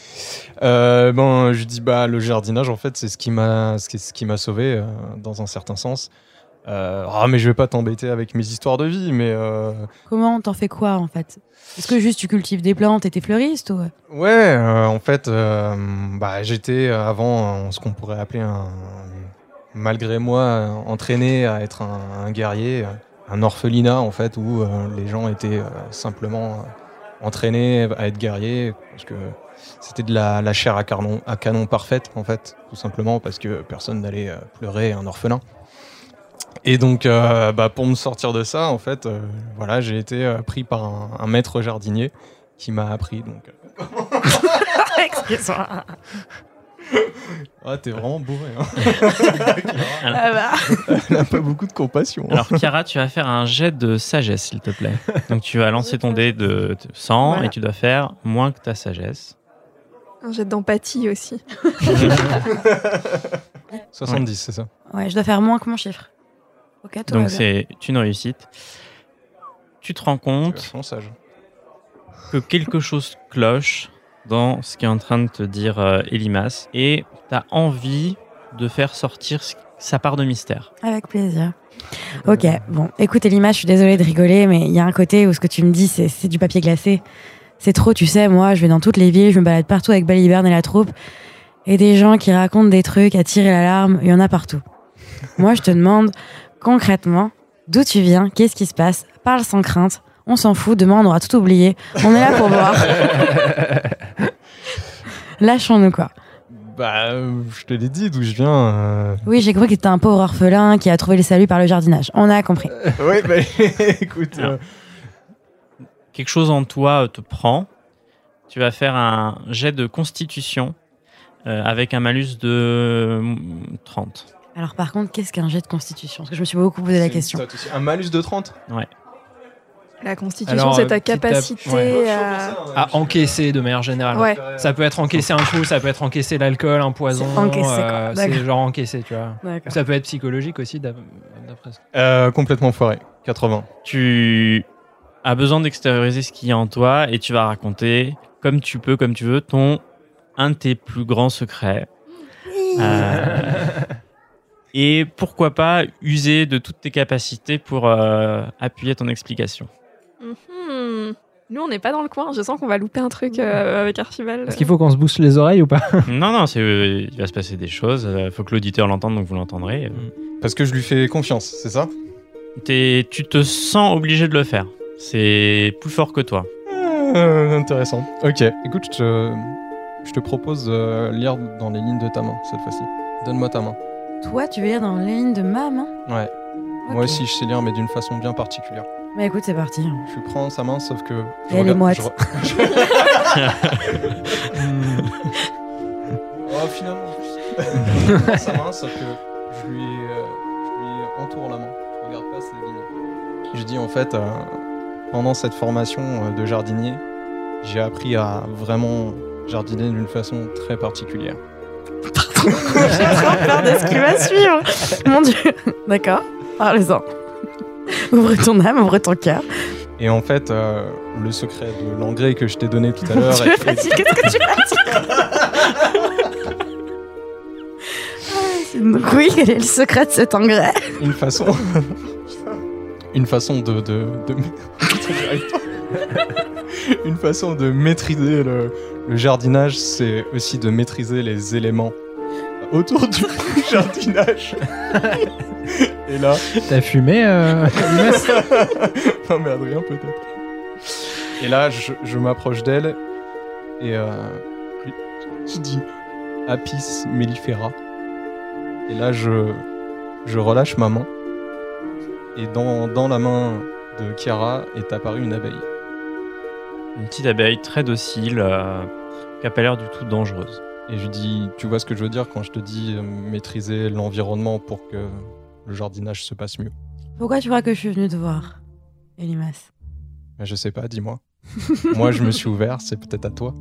S6: Euh, bon, je dis bah le jardinage en fait c'est ce qui m'a ce qui- ce qui m'a sauvé euh, dans un certain sens. Euh, Ah mais je vais pas t'embêter avec mes histoires de vie, mais euh,
S4: Comment t'en fais quoi en fait Est-ce que juste tu cultives des plantes et t'es fleuriste ou...
S6: ouais euh, en fait euh, bah j'étais euh, avant euh, ce qu'on pourrait appeler un malgré moi euh, entraîné à être un, un guerrier, euh, un orphelinat en fait où euh, les gens étaient euh, simplement euh, entraînés à être guerriers parce que C'était de la, la chair à canon, à canon parfaite, en fait, tout simplement parce que personne n'allait euh, pleurer un orphelin. Et donc, euh, bah, pour me sortir de ça, en fait, euh, voilà, j'ai été euh, pris par un, un maître jardinier qui m'a appris. Donc, euh,
S4: Excuse-moi.
S6: ah, t'es vraiment bourré. Hein.
S2: Alors,
S6: Elle a pas beaucoup de compassion. hein.
S2: alors, Chiara, tu vas faire un jet de sagesse, s'il te plaît. Donc tu vas lancer ton dé de 100
S5: Voilà.
S2: et tu dois faire moins que ta sagesse.
S5: Un jet d'empathie aussi.
S6: 70, c'est ça.
S4: Ouais, je dois faire moins que mon chiffre. Ok, tout va
S2: Donc
S4: bien.
S2: c'est une réussite. Tu te rends
S6: C'est
S2: compte
S6: vachement sage.
S2: que quelque chose cloche dans ce qu'est en train de te dire euh, Elimas et tu as envie de faire sortir ce- sa part de mystère.
S4: Avec plaisir. Ok, bon, écoute Elima, je suis désolée de rigoler, mais il y a un côté où ce que tu me dis, c'est c'est du papier glacé. C'est trop, tu sais, moi, je vais dans toutes les villes, je me balade partout avec Baliberne et la troupe, et des gens qui racontent des trucs à tirer l'alarme, il y en a partout. moi, je te demande concrètement, d'où tu viens, qu'est-ce qui se passe, parle sans crainte, on s'en fout, demain on aura tout oublié, on est là pour voir. Lâchons-nous quoi.
S6: Bah, euh, je te l'ai dit, d'où je viens. euh.
S4: Oui, j'ai compris que t'étais un pauvre orphelin qui a trouvé le salut par le jardinage. On a compris.
S6: Ouais, bah, écoute. euh,
S2: quelque chose en toi euh, te prend. Tu vas faire un jet de constitution euh, avec un malus de mm, 30.
S4: Alors, par contre, qu'est-ce qu'un jet de constitution Parce que je me suis beaucoup posé la question.
S6: Un malus de 30
S5: La constitution,
S3: Alors, euh,
S5: c'est ta
S3: petite tape,
S5: capacité euh,
S3: ouais.
S5: à.
S6: hein,
S3: À encaisser de manière générale.
S5: Ah. Ouais.
S3: Ça peut être encaisser un coup, ça peut être encaisser l'alcool, un poison.
S4: C'est encaisser, quoi.
S3: euh, c'est
S4: D'accord.
S3: genre encaisser, tu vois.
S4: D'accord.
S3: Ça peut être psychologique aussi, d'ap- d'après ça.
S6: Euh, complètement foiré. 80.
S2: Tu as besoin d'extérioriser ce qu'il y a en toi et tu vas raconter, comme tu peux, comme tu veux, ton un de tes plus grands secrets. Euh, et pourquoi pas user de toutes tes capacités pour euh, appuyer ton explication.
S5: Mhm. Nous, on n'est pas dans le coin. Je sens qu'on va louper un truc euh, avec Archibald.
S3: Est-ce qu'il faut qu'on se bousse les oreilles ou pas
S2: non, non, c'est, euh, il va se passer des choses. Il faut que l'auditeur l'entende, donc vous l'entendrez.
S6: Parce que je lui fais confiance, c'est ça
S2: T'es- tu te sens obligé de le faire. C'est plus fort que toi.
S6: Euh, Intéressant. Ok. Écoute, je te, je te propose de lire dans les lignes de ta main cette fois-ci. Donne-moi ta main.
S4: Toi, tu veux lire dans les lignes de hein? ma main
S6: Ouais. Moi aussi, je sais lire, mais d'une façon bien particulière.
S4: Bah écoute, c'est parti.
S6: Je prends sa main, sauf que. je
S4: Et elle est
S6: regarde-
S4: moite.
S6: je re- Oh, finalement. Je prends sa main, sauf que je lui, euh, je lui entoure la main. Je regarde pas ses lignes. Je dis en fait, euh, pendant cette formation euh, de jardinier, j'ai appris à vraiment jardiner d'une façon très particulière.
S4: J'ai trop peur de ce qui va suivre. Mon dieu. D'accord. Parlez-en. Ouvre ton âme, ouvre ton cœur.
S6: Et en fait, euh, le secret de l'engrais que je t'ai donné tout à
S4: Mon
S6: l'heure.
S4: dieu,
S6: est-
S4: vas-y, qu'est-ce que tu vas dire Donc Ah, oui, quel est le secret de cet engrais
S6: une façon. une façon de. de, de- une façon de maîtriser le, le jardinage, c'est aussi de maîtriser les éléments autour du jardinage. Et là.
S3: T'as fumé euh,
S6: non, mais Adrien, peut-être. Et là, je, je m'approche d'elle et euh, je, je dis Apis mellifera. Et là, je, je relâche ma main. Et dans, dans la main de Chiara est apparue une abeille.
S2: Une petite abeille très docile, euh, qui a pas l'air du tout dangereuse.
S6: Et je lui dis Tu vois ce que je veux dire quand je te dis euh, maîtriser l'environnement pour que le jardinage se passe mieux
S4: Pourquoi tu crois que je suis venue te voir, Elimas
S6: Mais Je sais pas, dis-moi. Moi, je me suis ouvert, c'est peut-être à toi.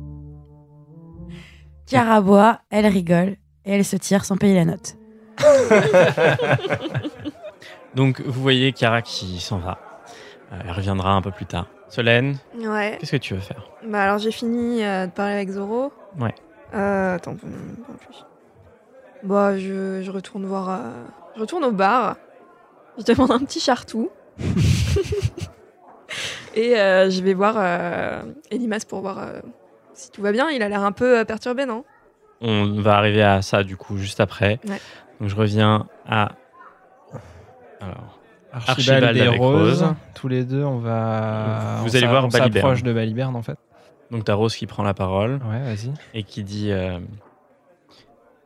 S4: Chiara boit, elle rigole et elle se tire sans payer la note.
S2: Donc vous voyez Chiara qui s'en va. Euh, elle reviendra un peu plus tard. Solène,
S5: Ouais.
S2: qu'est-ce que tu veux faire
S5: Bah alors j'ai fini euh, de parler avec Zoro.
S2: Ouais.
S5: Euh, attends, bon, bon, plus. Bah je, je retourne voir. euh, je retourne au bar. Je demande un petit chartou. Et euh, je vais voir euh, Elimas pour voir euh, si tout va bien. Il a l'air un peu euh, perturbé, non
S2: On va arriver à ça du coup juste après.
S5: Ouais.
S2: Donc je reviens à. Alors,
S3: Archibald,
S2: Archibald
S3: et
S2: avec
S3: Rose.
S2: Rose.
S3: Tous les deux, on va.
S2: Vous
S3: on
S2: allez
S3: s'a-
S2: voir
S3: on
S2: Baliberne.
S3: s'approche de Baliberne en fait.
S2: donc t'as Rose qui prend la parole
S3: Ouais, vas-y.
S2: et qui dit euh,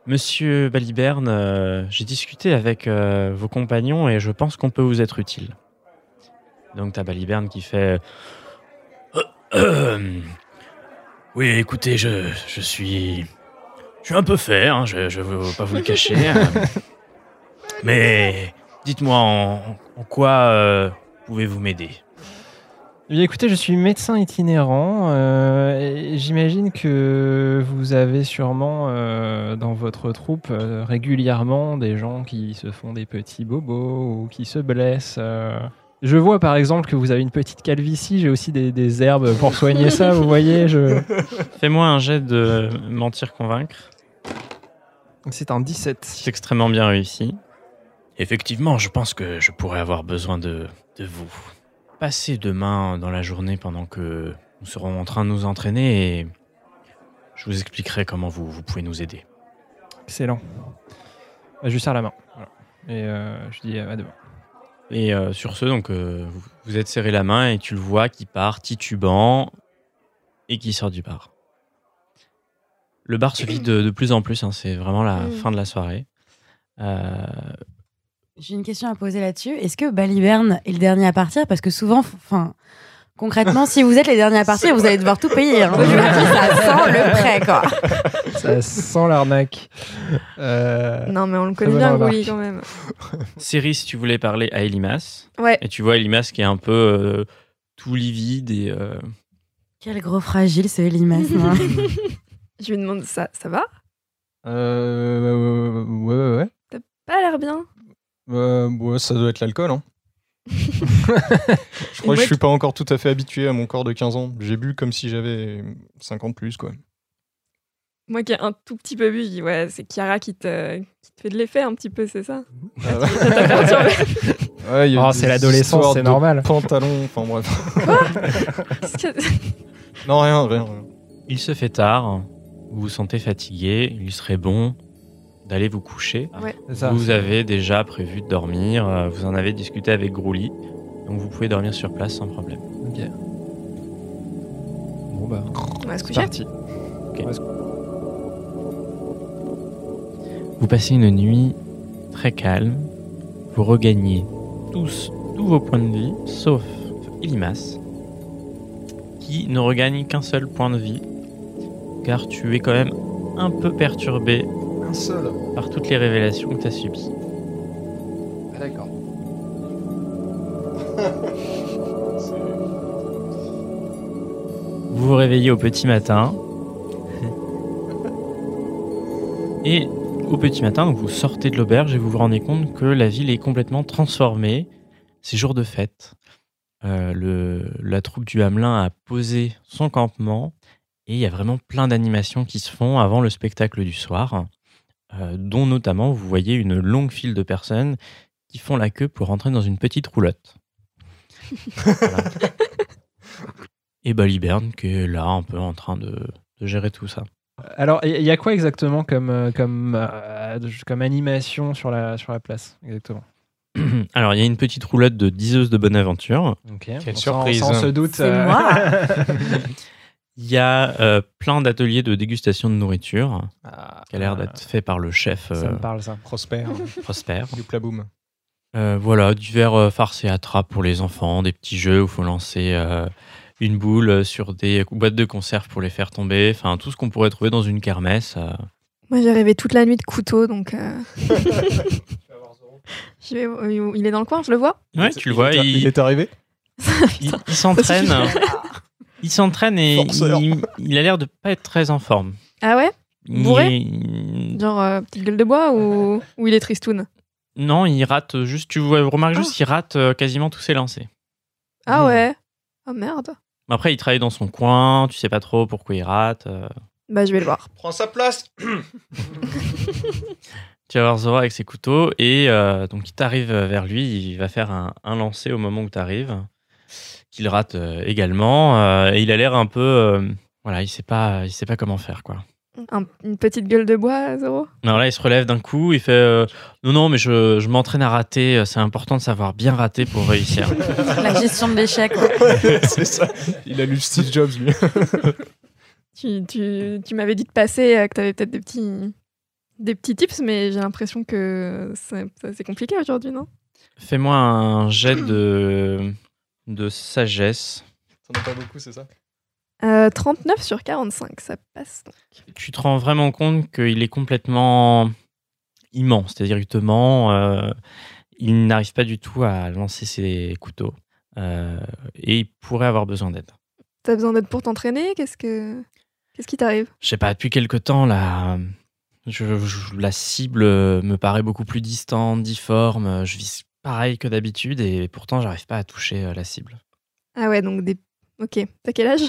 S2: Monsieur Baliberne, euh, j'ai discuté avec euh, vos compagnons et je pense qu'on peut vous être utile. Donc t'as Baliberne qui fait
S7: Euh, oui, écoutez, je, je suis. Je suis un peu fait, hein, je ne veux pas vous le cacher. euh, mais dites-moi en, en quoi euh, pouvez-vous m'aider
S3: Eh bien, écoutez, je suis médecin itinérant. euh, et J'imagine que vous avez sûrement euh, dans votre troupe euh, régulièrement des gens qui se font des petits bobos ou qui se blessent. euh. Je vois par exemple que vous avez une petite calvitie. J'ai aussi des, des herbes pour soigner ça. Vous voyez, je...
S2: Fais-moi un jet de mentir-convaincre.
S3: c'est un 17.
S2: C'est extrêmement bien réussi.
S7: Effectivement, je pense que je pourrais avoir besoin de, de vous. Passez demain dans la journée pendant que nous serons en train de nous entraîner et je vous expliquerai comment vous, vous pouvez nous aider.
S3: Excellent. Bah, Je lui serre la main. Voilà. Et euh, je dis euh, à demain.
S2: Et euh, sur ce, donc, euh, vous, vous êtes serré la main et tu le vois qui part titubant et qui sort du bar. Le bar se vide de, de plus en plus, hein, c'est vraiment la
S5: Mm.
S2: fin de la soirée. Euh,
S4: J'ai une question à poser là-dessus. Est-ce que Baliberne est le dernier à partir Parce que souvent, enfin, Concrètement, si vous êtes les derniers à partir, vous allez devoir tout payer. hein. Je vous le dis, ça sent le prêt, quoi.
S3: Ça sent l'arnaque. Euh,
S5: Non, mais on le
S3: bonne
S5: connaît bien,
S3: remarque.
S5: Gouli, quand même.
S2: Céris, tu voulais parler à Elimas.
S5: Ouais.
S2: Et tu vois Elimas qui est un peu euh, tout livide et. euh,
S4: Quel gros fragile, ce Elimas. hein.
S5: Je lui demande ça. Ça va
S6: Euh, ouais, ouais, ouais.
S5: Pas l'air bien.
S6: Euh, ouais, ça doit être l'alcool, hein. je crois que
S5: Ouais,
S6: je suis pas encore tout à fait habitué à mon corps de 15 ans. J'ai bu comme si j'avais 50 plus, quoi.
S5: Moi qui ai un tout petit peu bu, je dis ouais, c'est Chiara qui te, qui te fait de l'effet un petit peu, c'est ça
S6: Euh,
S5: Ça t'a perturbé
S6: ouais, il y a
S3: Oh,
S6: eu
S3: c'est
S6: des
S3: l'adolescence,
S6: histoires
S3: c'est
S6: de
S3: normal.
S6: Pantalon, enfin bref.
S5: Parce que-
S6: Non, rien, rien. rien.
S2: Il se fait tard, vous vous sentez fatigué, il serait bon d'aller vous coucher.
S3: c'est ça.
S2: Vous avez déjà prévu de dormir, euh, vous en avez discuté avec Grouli, donc vous pouvez dormir sur place sans problème.
S3: Ok. Bon bah,
S5: On va se
S3: c'est
S5: coucher.
S3: parti.
S2: Vous passez une nuit très calme, vous regagnez tous, tous vos points de vie, sauf Ilimas, qui ne regagne qu'un seul point de vie, car tu es quand même un peu perturbé
S6: Un seul.
S2: par toutes les révélations que tu as subies.
S6: D'accord.
S2: Vous vous réveillez au petit matin. Et au petit matin, donc vous sortez de l'auberge et vous vous rendez compte que la ville est complètement transformée. C'est jour de fête. Euh, le- la troupe du Hamelin a posé son campement et il y a vraiment plein d'animations qui se font avant le spectacle du soir, euh, dont notamment vous voyez une longue file de personnes qui font la queue pour rentrer dans une petite roulotte. Voilà. Et Baliberne qui est là un peu en train de, de gérer tout ça.
S3: Alors, il y y a quoi exactement comme, euh, comme, euh, comme animation sur la, sur la place Exactement.
S2: Alors, il y a une petite roulotte de diseuse de bonne aventure.
S3: Quelle
S6: surprise.
S3: Sans, se doute. euh,
S4: C'est
S5: euh,
S4: moi.
S2: Il y a euh, plein d'ateliers de dégustation de nourriture qui a l'air
S6: Ah.
S3: euh,
S2: d'être fait par le chef
S3: Ça
S2: euh,
S3: me parle, ça.
S6: Prosper,
S2: Prosper.
S6: du plaboum.
S2: Euh, voilà, divers euh, farces et attrapes pour les enfants, des petits jeux où il faut lancer euh, une boule euh, sur des boîtes de conserve pour les faire tomber. Enfin, tout ce qu'on pourrait trouver dans une kermesse. euh.
S5: Moi j'ai rêvé toute la nuit de couteau, donc. euh, je vais- euh, il est dans le coin, je le vois.
S2: Ouais, tu le vois,
S6: il,
S2: il,
S6: est arrivé.
S2: il, il s'entraîne. Il s'entraîne et
S6: Forceur.
S2: il, il a l'air de pas être très en forme.
S5: Ah ouais
S2: Il-
S5: Bourré
S2: il-
S5: Genre euh, petite gueule de bois ou, ou il est tristoun
S2: Non, il rate juste. Tu vois- remarques juste qu'il rate euh, quasiment tous ses lancers.
S5: Ah ouais Oh merde.
S2: Mais Après, il travaille dans son coin. Tu sais pas trop pourquoi il rate. euh.
S5: Bah je vais le voir.
S6: Prends sa place.
S2: Tu vas voir Zora avec ses couteaux et euh, donc il t'arrive vers lui. Il va faire un, un lancer au moment où t'arrives, qu'il rate euh, également. euh, et il a l'air un peu. euh, voilà, il sait pas, il sait pas comment faire quoi.
S5: Un- une petite gueule de bois, Zoro
S2: Non, là, il se relève d'un coup. Il fait euh, non, non, mais je, je m'entraîne à rater. euh, C'est important de savoir bien rater pour réussir.
S4: La gestion de l'échec. quoi.
S6: c'est ça. Il a lu Steve Jobs, lui.
S5: Tu, tu, tu m'avais dit de passer, euh, que tu avais peut-être des petits, des petits tips, mais j'ai l'impression que ça- ça- c'est compliqué aujourd'hui, non
S2: Fais-moi un jet de de sagesse.
S6: T'en as pas beaucoup, c'est ça
S5: Euh, 39 sur 45, ça passe.
S2: tu te rends vraiment compte qu'il est complètement immense, c'est-à-dire il te ment, euh, il n'arrive pas du tout à lancer ses couteaux euh, et il pourrait avoir besoin d'aide.
S5: T'as besoin d'aide pour t'entraîner Qu'est-ce que qu'est-ce qui t'arrive
S2: Je sais pas, depuis quelque temps, la, je- je- la cible me paraît beaucoup plus distante, difforme, je vise pareil que d'habitude et pourtant j'arrive pas à toucher euh, la cible.
S5: Ah ouais, donc des. Ok, t'as quel âge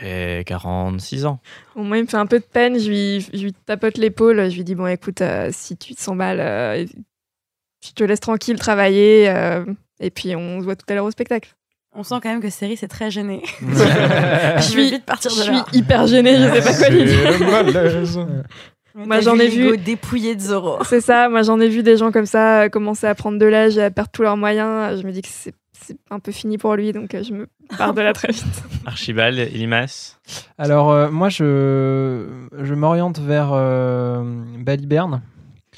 S2: J'ai 46 ans.
S5: Au moins, il me fait un peu de peine, je lui, je lui tapote l'épaule, je lui dis Bon, écoute, euh, si tu te sens mal, euh, je te laisse tranquille travailler, euh, et puis on se voit tout à l'heure au spectacle.
S4: On sent quand même que Céris est très gênée.
S5: Je
S4: Je vais
S5: suis,
S4: vite partir
S5: je
S4: de
S5: suis
S4: là.
S5: hyper gênée, je sais pas quoi lui dire.
S6: le malaise.
S3: Euh,
S5: Moi, j'en ai vu.
S4: dépouillé de Zoro.
S5: C'est ça, moi j'en ai vu des gens comme ça euh, commencer à prendre de l'âge et à perdre tous leurs moyens. euh, Je me dis que c'est c'est un peu fini pour lui, donc euh, je me pars de là très vite.
S2: Archibald, Elimas.
S3: Alors, euh, moi, je, je m'oriente vers euh, Baliberne.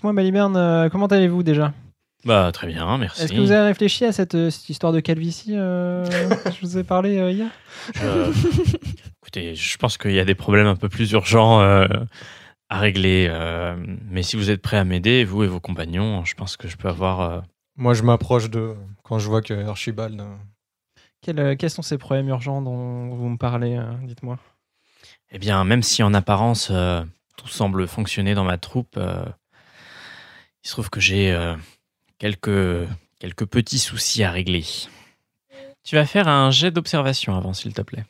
S3: Moi, Baliberne, euh, comment allez-vous déjà
S2: Bah, très bien, merci.
S3: Est-ce que vous avez réfléchi à cette, euh, cette histoire de calvitie euh, que Je vous ai parlé euh, hier.
S2: Euh, écoutez, je pense qu'il y a des problèmes un peu plus urgents euh, à régler. euh, mais si vous êtes prêts à m'aider, vous et vos compagnons, je pense que je peux avoir. euh,
S6: Moi, je m'approche de quand je vois que Archibald. euh,
S3: Quels, euh, quels sont ces problèmes urgents dont vous me parlez euh, Dites-moi.
S2: Eh bien, même si en apparence euh, tout semble fonctionner dans ma troupe, euh, il se trouve que j'ai euh, quelques, quelques petits soucis à régler. Tu vas faire un jet d'observation avant, s'il te plaît.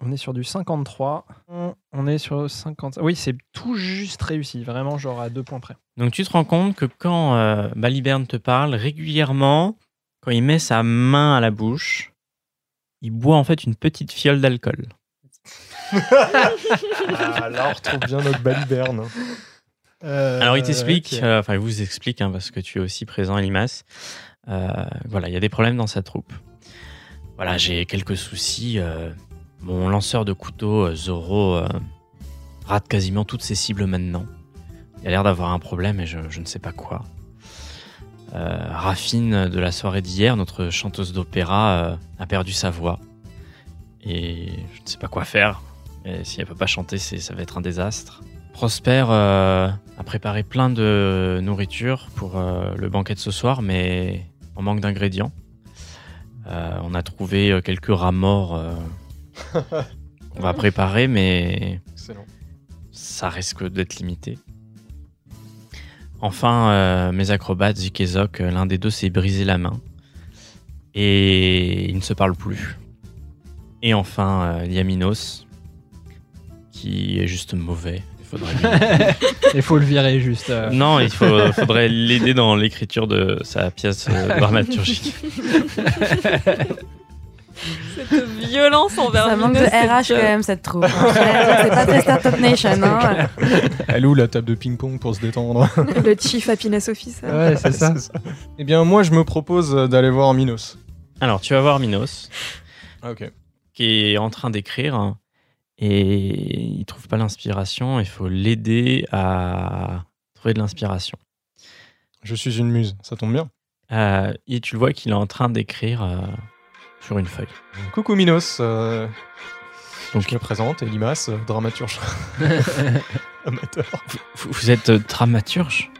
S3: On est sur du 53. On- On est sur 50. Oui, c'est tout juste réussi. Vraiment, genre à deux points près.
S9: Donc tu te rends compte que quand euh, Baliberne te parle régulièrement, quand il met sa main à la bouche, il boit en fait une petite fiole d'alcool.
S6: Ah, là, on retrouve bien notre baliberne. Euh,
S9: Alors il t'explique, euh, enfin il vous explique hein, parce que tu es aussi présent à l'IMAS. Euh, voilà, il y a des problèmes dans sa troupe.
S2: Voilà, j'ai quelques soucis. euh, mon lanceur de couteau, euh, Zoro, euh, rate quasiment toutes ses cibles maintenant. Il a l'air d'avoir un problème et je, je ne sais pas quoi. Euh, Raffine, de la soirée d'hier, notre chanteuse d'opéra, euh, a perdu sa voix. Et je ne sais pas quoi faire. Et si elle peut pas chanter, c'est- ça va être un désastre. Prosper euh, a préparé plein de nourriture pour euh, le banquet de ce soir, mais on manque d'ingrédients. Euh, on a trouvé euh, quelques rats morts euh, qu'on va préparer, mais
S6: Excellent.
S2: ça risque d'être limité. Enfin, euh, mes acrobates, Zik et Zok, euh, l'un des deux s'est brisé la main. Et ils ne se parlent plus. Et enfin, euh, Yaminos, qui est juste mauvais. Il faudrait lui-
S3: Il faut le virer juste. euh.
S2: non, il faut- faudrait l'aider dans l'écriture de sa pièce euh, dramaturgique.
S10: Cette violence envers
S4: Ça manque de
S10: Minos, cette,
S4: RH quand
S10: euh,
S4: même cette troupe. hein. C'est pas très Startup Nation. hein.
S6: Elle est où la table de ping-pong pour se détendre
S5: Le Chief Happiness Office. euh.
S3: Ouais, c'est ça.
S6: Eh bien, moi, je me propose euh, d'aller voir Minos.
S9: Alors tu vas voir Minos
S6: Ah, ok.
S9: qui est en train d'écrire hein, et il trouve pas l'inspiration. Il faut l'aider à trouver de l'inspiration.
S6: Je suis une muse, ça tombe bien.
S9: Euh, et tu le vois qu'il est en train d'écrire euh, sur une feuille.
S6: Coucou Minos. euh,
S2: Donc-
S6: Je me présente, Elimas, euh, dramaturge amateur.
S2: Vous, vous êtes euh, dramaturge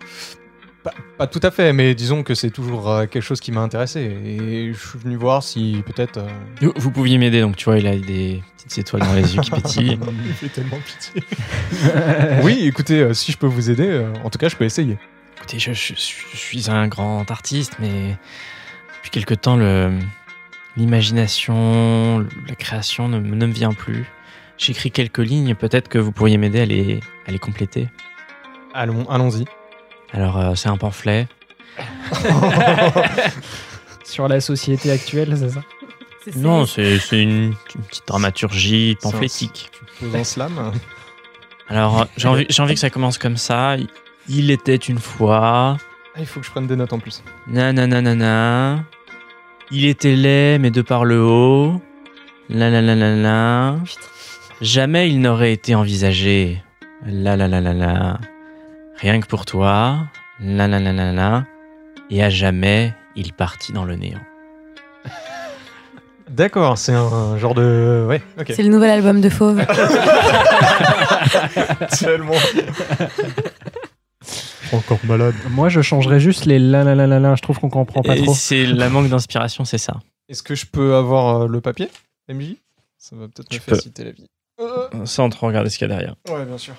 S6: Pas tout à fait, mais disons que c'est toujours euh, quelque chose qui m'a intéressé. Et je suis venu voir si peut-être. euh,
S2: Vous- Vous pouviez m'aider, donc tu vois, il a des petites étoiles dans les yeux qui pétillent.
S6: Il fait tellement pitié. oui, écoutez, euh, si je peux vous aider, euh, en tout cas, je peux essayer.
S2: Écoutez, je, je- je suis un grand artiste, mais depuis quelque temps, le- l'imagination, la création ne, me- ne me vient plus. J'écris quelques lignes, peut-être que vous pourriez m'aider à les, à les compléter.
S6: Allons, allons-y.
S2: Alors, euh, c'est un pamphlet.
S3: Sur la société actuelle, c'est ça
S2: Non, c'est c'est une, une petite dramaturgie
S6: C'est un-
S2: pamphlétique.
S6: Tu poses un slam.
S2: Alors, euh, j'ai envie, j'ai envie que ça commence comme ça. Il était une fois.
S6: Ah, il faut que je prenne des notes en plus.
S2: Nanananana. Il était laid, mais de par le haut. La la la la la. Jamais il n'aurait été envisagé. La la la la la. Rien que pour toi. La la la la la. Et à jamais, il partit dans le néant.
S6: D'accord, c'est un genre de. Ouais, ok.
S4: C'est le nouvel album de Fauve.
S5: Ah
S6: Tellement. Encore malade.
S3: Moi, je changerais juste les la la la la la. Je trouve qu'on comprend pas
S2: Et
S3: trop.
S2: C'est la manque d'inspiration, c'est ça.
S6: Est-ce que je peux avoir euh, le papier, MJ Ça va peut-être me
S9: peux.
S6: faciliter la vie. Euh,
S9: Sans trop regarder ce qu'il y a derrière.
S6: ouais, bien sûr.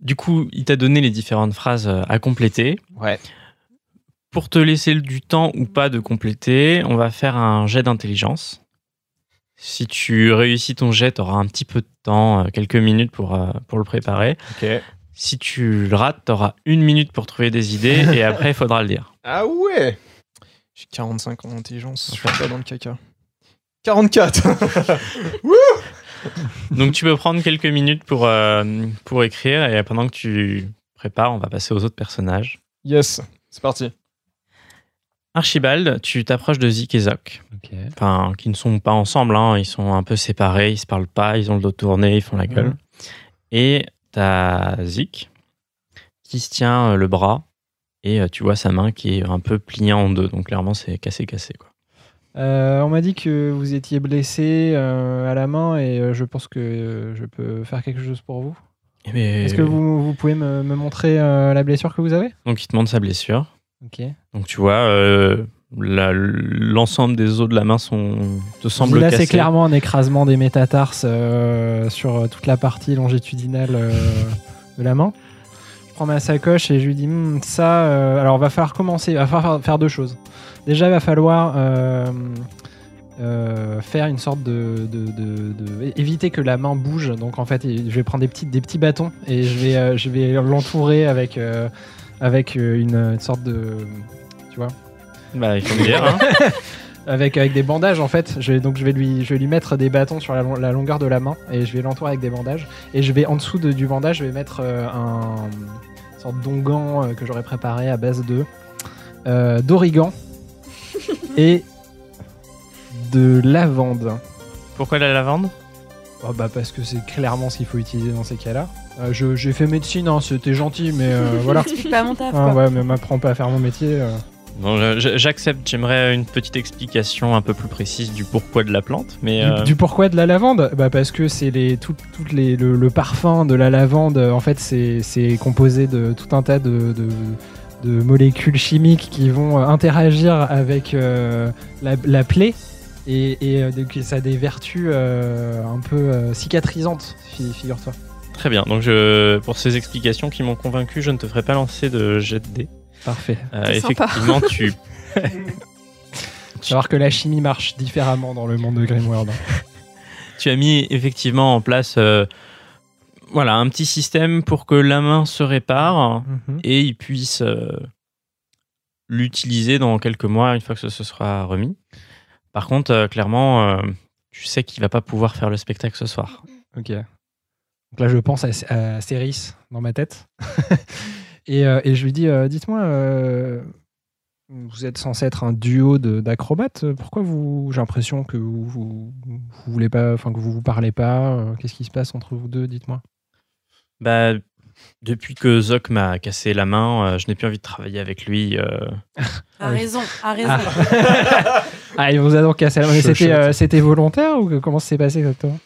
S9: Du coup, il t'a donné les différentes phrases euh, à compléter.
S3: Ouais.
S9: Pour te laisser du temps ou pas de compléter, on va faire un jet d'intelligence. Si tu réussis ton jet, tu auras un petit peu de temps, euh, quelques minutes pour, euh, pour le préparer.
S6: Ok.
S9: Si tu le rates, tu auras une minute pour trouver des idées et après, il faudra le dire.
S6: Ah ouais J'ai 45 en intelligence, je suis pas dans le caca. 44
S9: Donc, tu peux prendre quelques minutes pour, euh, pour écrire et pendant que tu prépares, on va passer aux autres personnages.
S6: Yes, c'est parti.
S9: Archibald, tu t'approches de Zik et Zok.
S3: Ok.
S9: enfin, qui ne sont pas ensemble, hein, ils sont un peu séparés, ils se parlent pas, ils ont le dos tourné, ils font la gueule. Et t'as Zik qui se tient euh, le bras
S2: Et euh, tu vois sa main qui est un peu pliée en deux. Donc clairement, c'est cassé, cassé. Quoi.
S3: Euh, on m'a dit que vous étiez blessé euh, à la main et euh, je pense que euh, je peux faire quelque chose pour vous.
S2: Mais-
S3: Est-ce que vous, vous pouvez me, me montrer euh, la blessure que vous avez
S2: Donc il te montre sa blessure.
S3: Ok.
S2: Donc tu vois, euh, la- l'ensemble des os de la main sont, te semble
S3: Là,
S2: cassés.
S3: c'est clairement un écrasement des métatarses euh, sur toute la partie longitudinale euh, de la main. Je prends ma sacoche et je lui dis Hum, ça. euh, alors, va falloir commencer. Va falloir faire deux choses. Déjà, va falloir euh, euh, faire une sorte de, de- de- de- éviter que la main bouge. Donc, en fait, je vais prendre des petits, des petits bâtons et je vais, euh, je vais l'entourer avec euh, avec euh, une, une sorte de tu vois
S2: Bah, il faut me dire. hein.
S3: avec, avec des bandages en fait. Je vais, donc je vais, lui, je vais lui mettre des bâtons sur la, lo- la longueur de la main et je vais l'entourer avec des bandages. Et je vais en dessous de- du bandage, je vais mettre euh, un une sorte d'ongan euh, que j'aurais préparé à base de euh, d'origan et de lavande.
S2: Pourquoi la lavande
S3: Oh, bah parce que c'est clairement ce qu'il faut utiliser dans ces cas-là. Euh, je- J'ai fait médecine, hein, c'était gentil, mais euh, voilà.
S4: Explique pas mon taf,
S3: Ah,
S4: quoi.
S3: ouais, mais m'apprends pas à faire mon métier. euh.
S2: Bon, je- je- J'accepte, j'aimerais une petite explication un peu plus précise du pourquoi de la plante. Mais,
S3: Du,
S2: euh,
S3: du pourquoi de la lavande bah Parce que c'est les, tout, toutes les, le, le parfum de la lavande, euh, en fait, c'est c'est composé de tout un tas de, de- de molécules chimiques qui vont euh, interagir avec euh, la, la plaie. Et, et, euh, donc, ça a des vertus euh, un peu euh, cicatrisantes, fi- figure-toi.
S2: Très bien, donc je, pour ces explications qui m'ont convaincu, je ne te ferai pas lancer de jet de dés.
S3: Parfait.
S2: Euh,
S11: C'est sympa.
S2: effectivement, tu
S3: Savoir que la chimie marche différemment dans le monde de Grimworld.
S2: tu as mis effectivement en place euh, voilà, un petit système pour que la main se répare et il puisse euh, l'utiliser dans quelques mois une fois que ce, se sera remis. Par contre, euh, clairement, euh, tu sais qu'il va pas pouvoir faire le spectacle ce soir.
S3: Ok. Donc là, je pense à, à Céris dans ma tête. et, euh, et je lui dis euh, Dites-moi, euh, vous êtes censé être un duo de- d'acrobates. euh, Pourquoi vous. J'ai l'impression que vous, vous, vous voulez pas. Enfin, que vous vous parlez pas. euh, Qu'est-ce qui se passe entre vous deux Dites-moi.
S2: Bah, depuis que Zoc m'a cassé la main, euh, je n'ai plus envie de travailler avec lui. euh.
S4: A raison, a raison.
S3: Ah, il vous a donc cassé la main. Mais
S2: Chouchoute.
S3: c'était, euh, C'était volontaire ou que- comment ça s'est passé exactement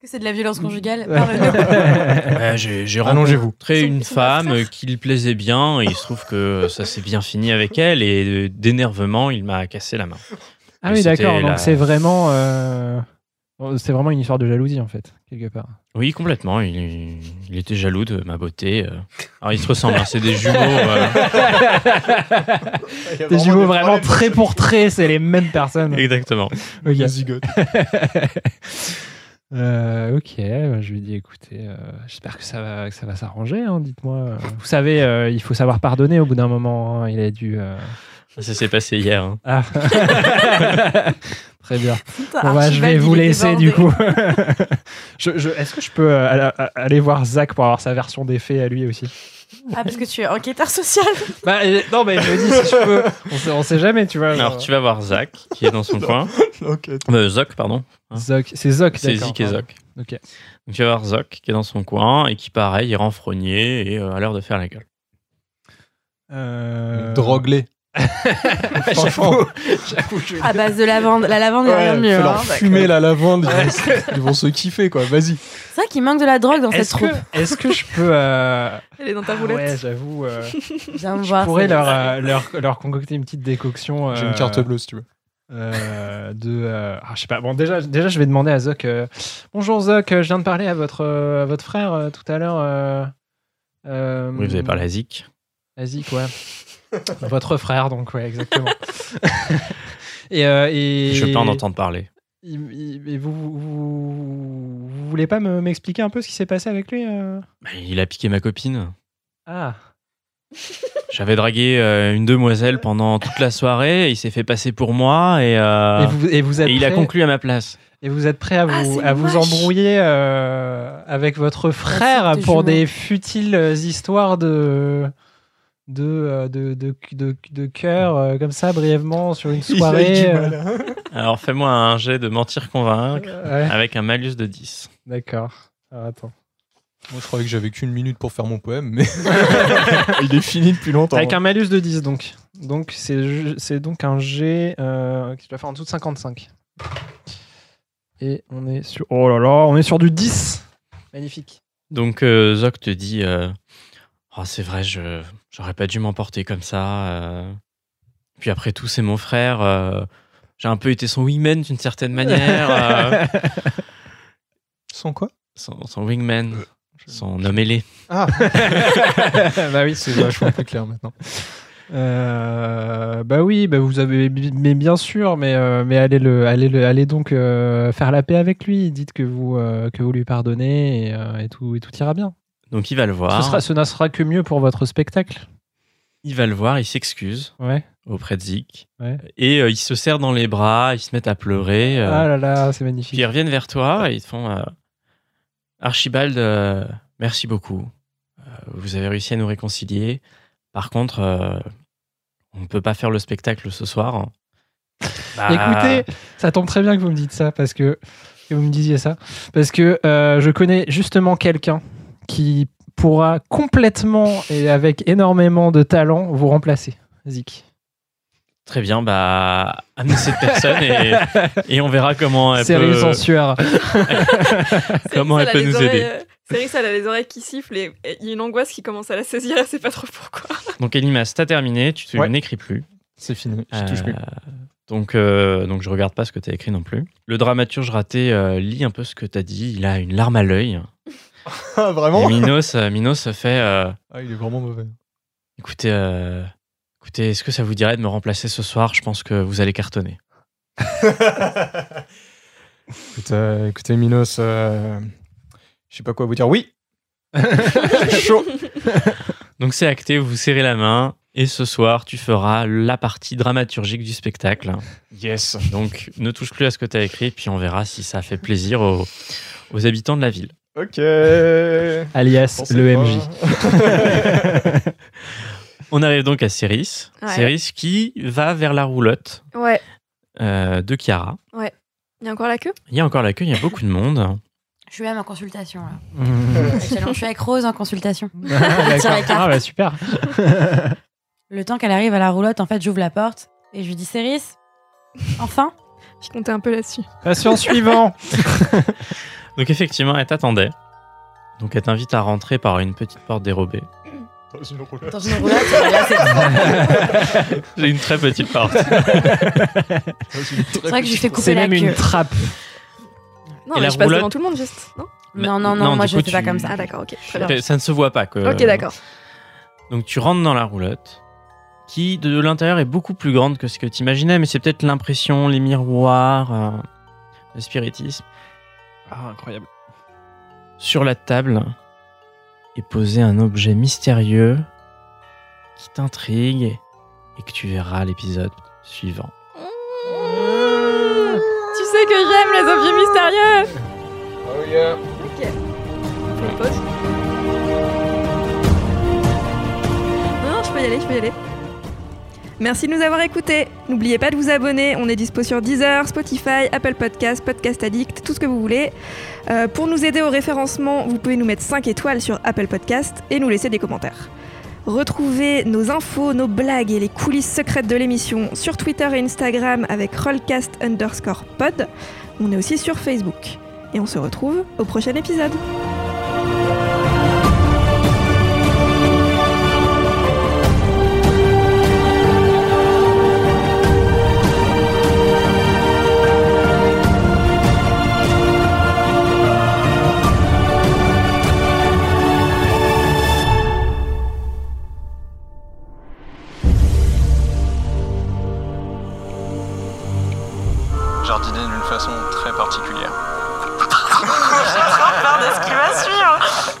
S4: Que c'est de la violence conjugale par une-
S3: D'accord.
S7: Ouais, j'ai j'ai
S6: Allongez-vous.
S2: Très
S11: Son-
S2: une
S11: son
S2: femme
S11: beau-frère.
S2: euh, qui lui plaisait bien, et il se trouve que ça s'est bien fini avec elle, et euh, d'énervement, il m'a cassé la main.
S3: Ah
S2: Et
S3: oui,
S2: c'était
S3: d'accord.
S2: la-
S3: Donc c'est vraiment. euh, C'est vraiment une histoire de jalousie en fait, quelque part.
S2: Oui, complètement. Il, il était jaloux de ma beauté. euh. Alors, ils se ressemblent, hein, c'est des jumeaux. euh.
S3: Des jumeaux vraiment très pour très, c'est les mêmes personnes.
S2: Exactement.
S3: Ok.
S6: zigote.
S3: Euh, ok, bah, je lui dis écoutez, euh, j'espère que ça va, que ça va s'arranger. hein, Dites-moi. euh. Vous savez, euh, il faut savoir pardonner au bout d'un moment. hein, il a dû. euh,
S2: Ça s'est passé hier. hein.
S3: Ah. Très bien.
S4: Putain,
S3: Bon,
S2: Ah,
S3: bah, je
S4: Archibald,
S3: vais
S4: il
S3: vous
S4: est
S3: laisser
S4: débordé.
S3: du coup. Je- je- Est-ce que je peux euh, aller, aller voir Zach pour avoir sa version des faits à lui aussi
S4: Ah, parce que tu es enquêteur social.
S3: bah, euh, Non, mais je me dis si je peux. On sait, on sait jamais, tu vois.
S2: Alors,
S3: genre.
S2: tu vas voir Zach, qui est dans son coin.
S6: Ok.
S2: Euh, Zoc, pardon.
S3: Zoc, c'est Zoc,
S2: C'est
S3: d'accord,
S2: Zik et
S3: pardon.
S2: Zoc.
S3: Ok.
S2: Donc, tu vas voir Zoc, qui est dans son coin, et qui, pareil, est renfrogné et euh, a l'air de faire la gueule.
S3: Euh,
S6: Drogue-les. Franchement,
S3: J'avoue, je-
S4: À base de lavande. La lavande, il y a rien de
S6: ouais,
S4: mieux.
S6: faut
S4: hein.
S6: leur fumer la lavande. ils vont se- Ils vont se kiffer, quoi. Vas-y.
S4: C'est vrai qu'il manque de la drogue dans cette
S3: Est-ce que,
S4: troupe.
S3: est-ce que je peux. euh,
S11: Elle est dans ta
S3: Ah
S11: roulette.
S3: Ouais, j'avoue. euh,
S4: Viens me
S3: je
S4: voir.
S3: pourrais
S4: ça-
S3: leur, euh, leur, leur concocter une petite décoction.
S6: J'ai
S3: euh,
S6: une carte bleue, si tu veux.
S3: euh, de. euh, ah, je sais pas. Bon, déjà, déjà, je vais demander à Zoc. euh, Bonjour Zoc, euh, je viens de parler à votre, euh, à votre frère euh, tout à l'heure. euh, euh,
S2: Oui, vous avez parlé à Zik.
S3: Vas-y, quoi. votre frère, donc, ouais, exactement. et, euh, et.
S2: Je peux en entendre parler.
S3: il- il- et vous, vous, vous voulez pas me- m'expliquer un peu ce qui s'est passé avec lui euh
S2: Bah, il a piqué ma copine.
S3: Ah,
S2: J'avais dragué euh, une demoiselle pendant toute la soirée, il s'est fait passer pour moi, et, euh,
S3: et, vous, et vous êtes
S2: et il a
S3: prêt-
S2: conclu à ma place.
S3: Et vous êtes prêt à
S11: Ah,
S3: vous,
S11: c'est
S3: à vous
S11: moche.
S3: embrouiller euh, avec votre frère
S4: Ah, c'est des
S3: pour
S4: jumeaux.
S3: des futiles euh, histoires de de euh, de, de, de, de cœur euh, comme ça brièvement sur une
S6: Il a eu
S3: soirée.
S6: du
S3: euh,
S6: mal, hein.
S2: Alors fais-moi un jet de mentir convaincre
S3: ouais,
S2: avec un malus de 10.
S3: D'accord. Alors, attends.
S6: Moi, je croyais que j'avais qu'une minute pour faire mon poème, mais il est fini depuis longtemps.
S3: Avec un malus de 10, donc. Donc, c'est ju- c'est donc un G euh, qui doit faire en dessous de 55. Et on est sur. Oh là là, on est sur du 10. Magnifique.
S2: Donc euh, Zoc te dit euh, Ah, C'est vrai, je j'aurais pas dû m'emporter comme ça. euh. Puis après tout, c'est mon frère. euh, J'ai un peu été son wingman d'une certaine manière. euh,
S6: Sans quoi
S2: son, son wingman,
S3: Euh,
S2: son homme ailé.
S6: Ah
S3: bah oui.
S6: C'est vachement plus clair maintenant.
S3: Euh, bah oui, bah vous avez, mais bien sûr, mais, euh, mais allez, le, allez, le, allez donc euh, faire la paix avec lui. Dites que vous, euh, que vous lui pardonnez et, euh, et tout, et tout ira bien.
S2: Donc il va le voir.
S3: Ce, sera, ce ne sera que mieux pour votre spectacle.
S2: Il va le voir, il s'excuse
S3: Ouais.
S2: auprès de Zik.
S3: Ouais.
S2: Et euh, ils se serrent dans les bras, ils se mettent à pleurer. euh,
S3: Ah là là, c'est
S2: Puis
S3: magnifique.
S2: ils reviennent vers toi et ils te font euh, Archibald, euh, merci beaucoup. Euh, vous avez réussi à nous réconcilier. Par contre, euh, on ne peut pas faire le spectacle ce soir. Bah,
S3: Écoutez, ça tombe très bien que vous me dites ça parce que, que vous me disiez ça parce que euh, je connais justement quelqu'un qui pourra complètement et avec énormément de talent vous remplacer, Zik.
S2: Très bien, bah, amenez cette personne et, et on verra comment elle
S3: Sérieux
S2: peut,
S3: en sueur.
S2: comment elle peut nous aider.
S11: euh, Céris, elle a les oreilles qui sifflent et et il y a une angoisse qui commence à la saisir, elle sait pas trop pourquoi.
S2: Donc, Elimas, t'as terminé, tu
S6: Ouais.
S2: n'écris plus.
S6: C'est fini, je touche
S2: Euh,
S6: plus.
S2: Donc, euh, donc je regarde pas ce que tu as écrit non plus. Le dramaturge raté euh, lit un peu ce que tu as dit. Il a une larme à l'œil.
S6: Ah,
S2: Et
S6: vraiment
S2: Minos, euh, Minos fait euh,
S6: Ah, il est vraiment mauvais.
S2: écoutez, euh, écoutez, est-ce que ça vous dirait de me remplacer ce soir Je pense que vous allez cartonner.
S6: Écoute, euh, écoutez, Minos, euh, je sais pas quoi vous dire. Oui Chaud
S2: Donc c'est acté, vous vous serrez la main. Et ce soir, tu feras la partie dramaturgique du spectacle.
S6: Yes
S2: Donc ne touche plus à ce que tu as écrit, puis on verra si ça fait plaisir aux, aux habitants de la ville.
S6: Ok Le
S3: Alias le MJ.
S2: On arrive donc à Céris.
S5: Ouais.
S2: Céris qui va vers la roulotte
S5: Ouais,
S2: euh, de Chiara.
S5: il y a encore la queue
S2: Il y a encore la queue, il y a beaucoup de monde.
S4: Je suis même en consultation là.
S3: Mmh.
S4: Excellent. Je suis avec Rose en consultation.
S3: Ah,
S4: Tire la
S3: d'accord.
S4: carte.
S3: Ah, bah, super.
S4: Le temps qu'elle arrive à la roulotte, en fait, j'ouvre la porte et je lui dis Céris, enfin
S5: Je comptais un peu là-dessus.
S3: Patient suivant.
S2: Donc effectivement, elle t'attendait. Donc elle t'invite à rentrer par une petite porte dérobée.
S4: Dans une roulotte, là, c'est
S2: J'ai une très petite porte.
S4: c'est vrai que je lui fais couper
S3: C'est
S4: la
S3: même
S4: queue.
S3: une trappe.
S5: Non,
S2: Et
S5: mais
S2: la
S5: je passe
S2: roulotte
S5: devant tout le monde juste, non
S4: Non, non, non,
S2: Non,
S4: moi
S2: du
S4: je
S2: coup,
S4: fais pas
S2: tu-
S4: comme ça.
S5: Ah d'accord, ok, très bien.
S2: Euh, Ça ne se voit pas que.
S5: Ok, d'accord.
S2: Donc tu rentres dans la roulotte, qui de l'intérieur est beaucoup plus grande que ce que tu imaginais, mais c'est peut-être l'impression, les miroirs, euh, le spiritisme.
S3: Ah, incroyable.
S2: Sur la table est posé un objet mystérieux qui t'intrigue et que tu verras à l'épisode suivant.
S11: Tu sais que j'aime les objets mystérieux
S5: Non, non, je peux y aller, je peux y aller. Merci de nous avoir écoutés. N'oubliez pas de vous abonner. On est dispo sur Deezer, Spotify, Apple Podcasts, Podcast Addict, tout ce que vous voulez. Euh, pour nous aider au référencement, vous pouvez nous mettre 5 étoiles sur Apple Podcasts et nous laisser des commentaires. Retrouvez nos infos, nos blagues et les coulisses secrètes de l'émission sur Twitter et Instagram avec Rollcast underscore pod. On est aussi sur Facebook. Et on se retrouve au prochain épisode.
S6: Jardiner d'une façon très particulière.
S1: J'ai trop peur de ce qui va suivre.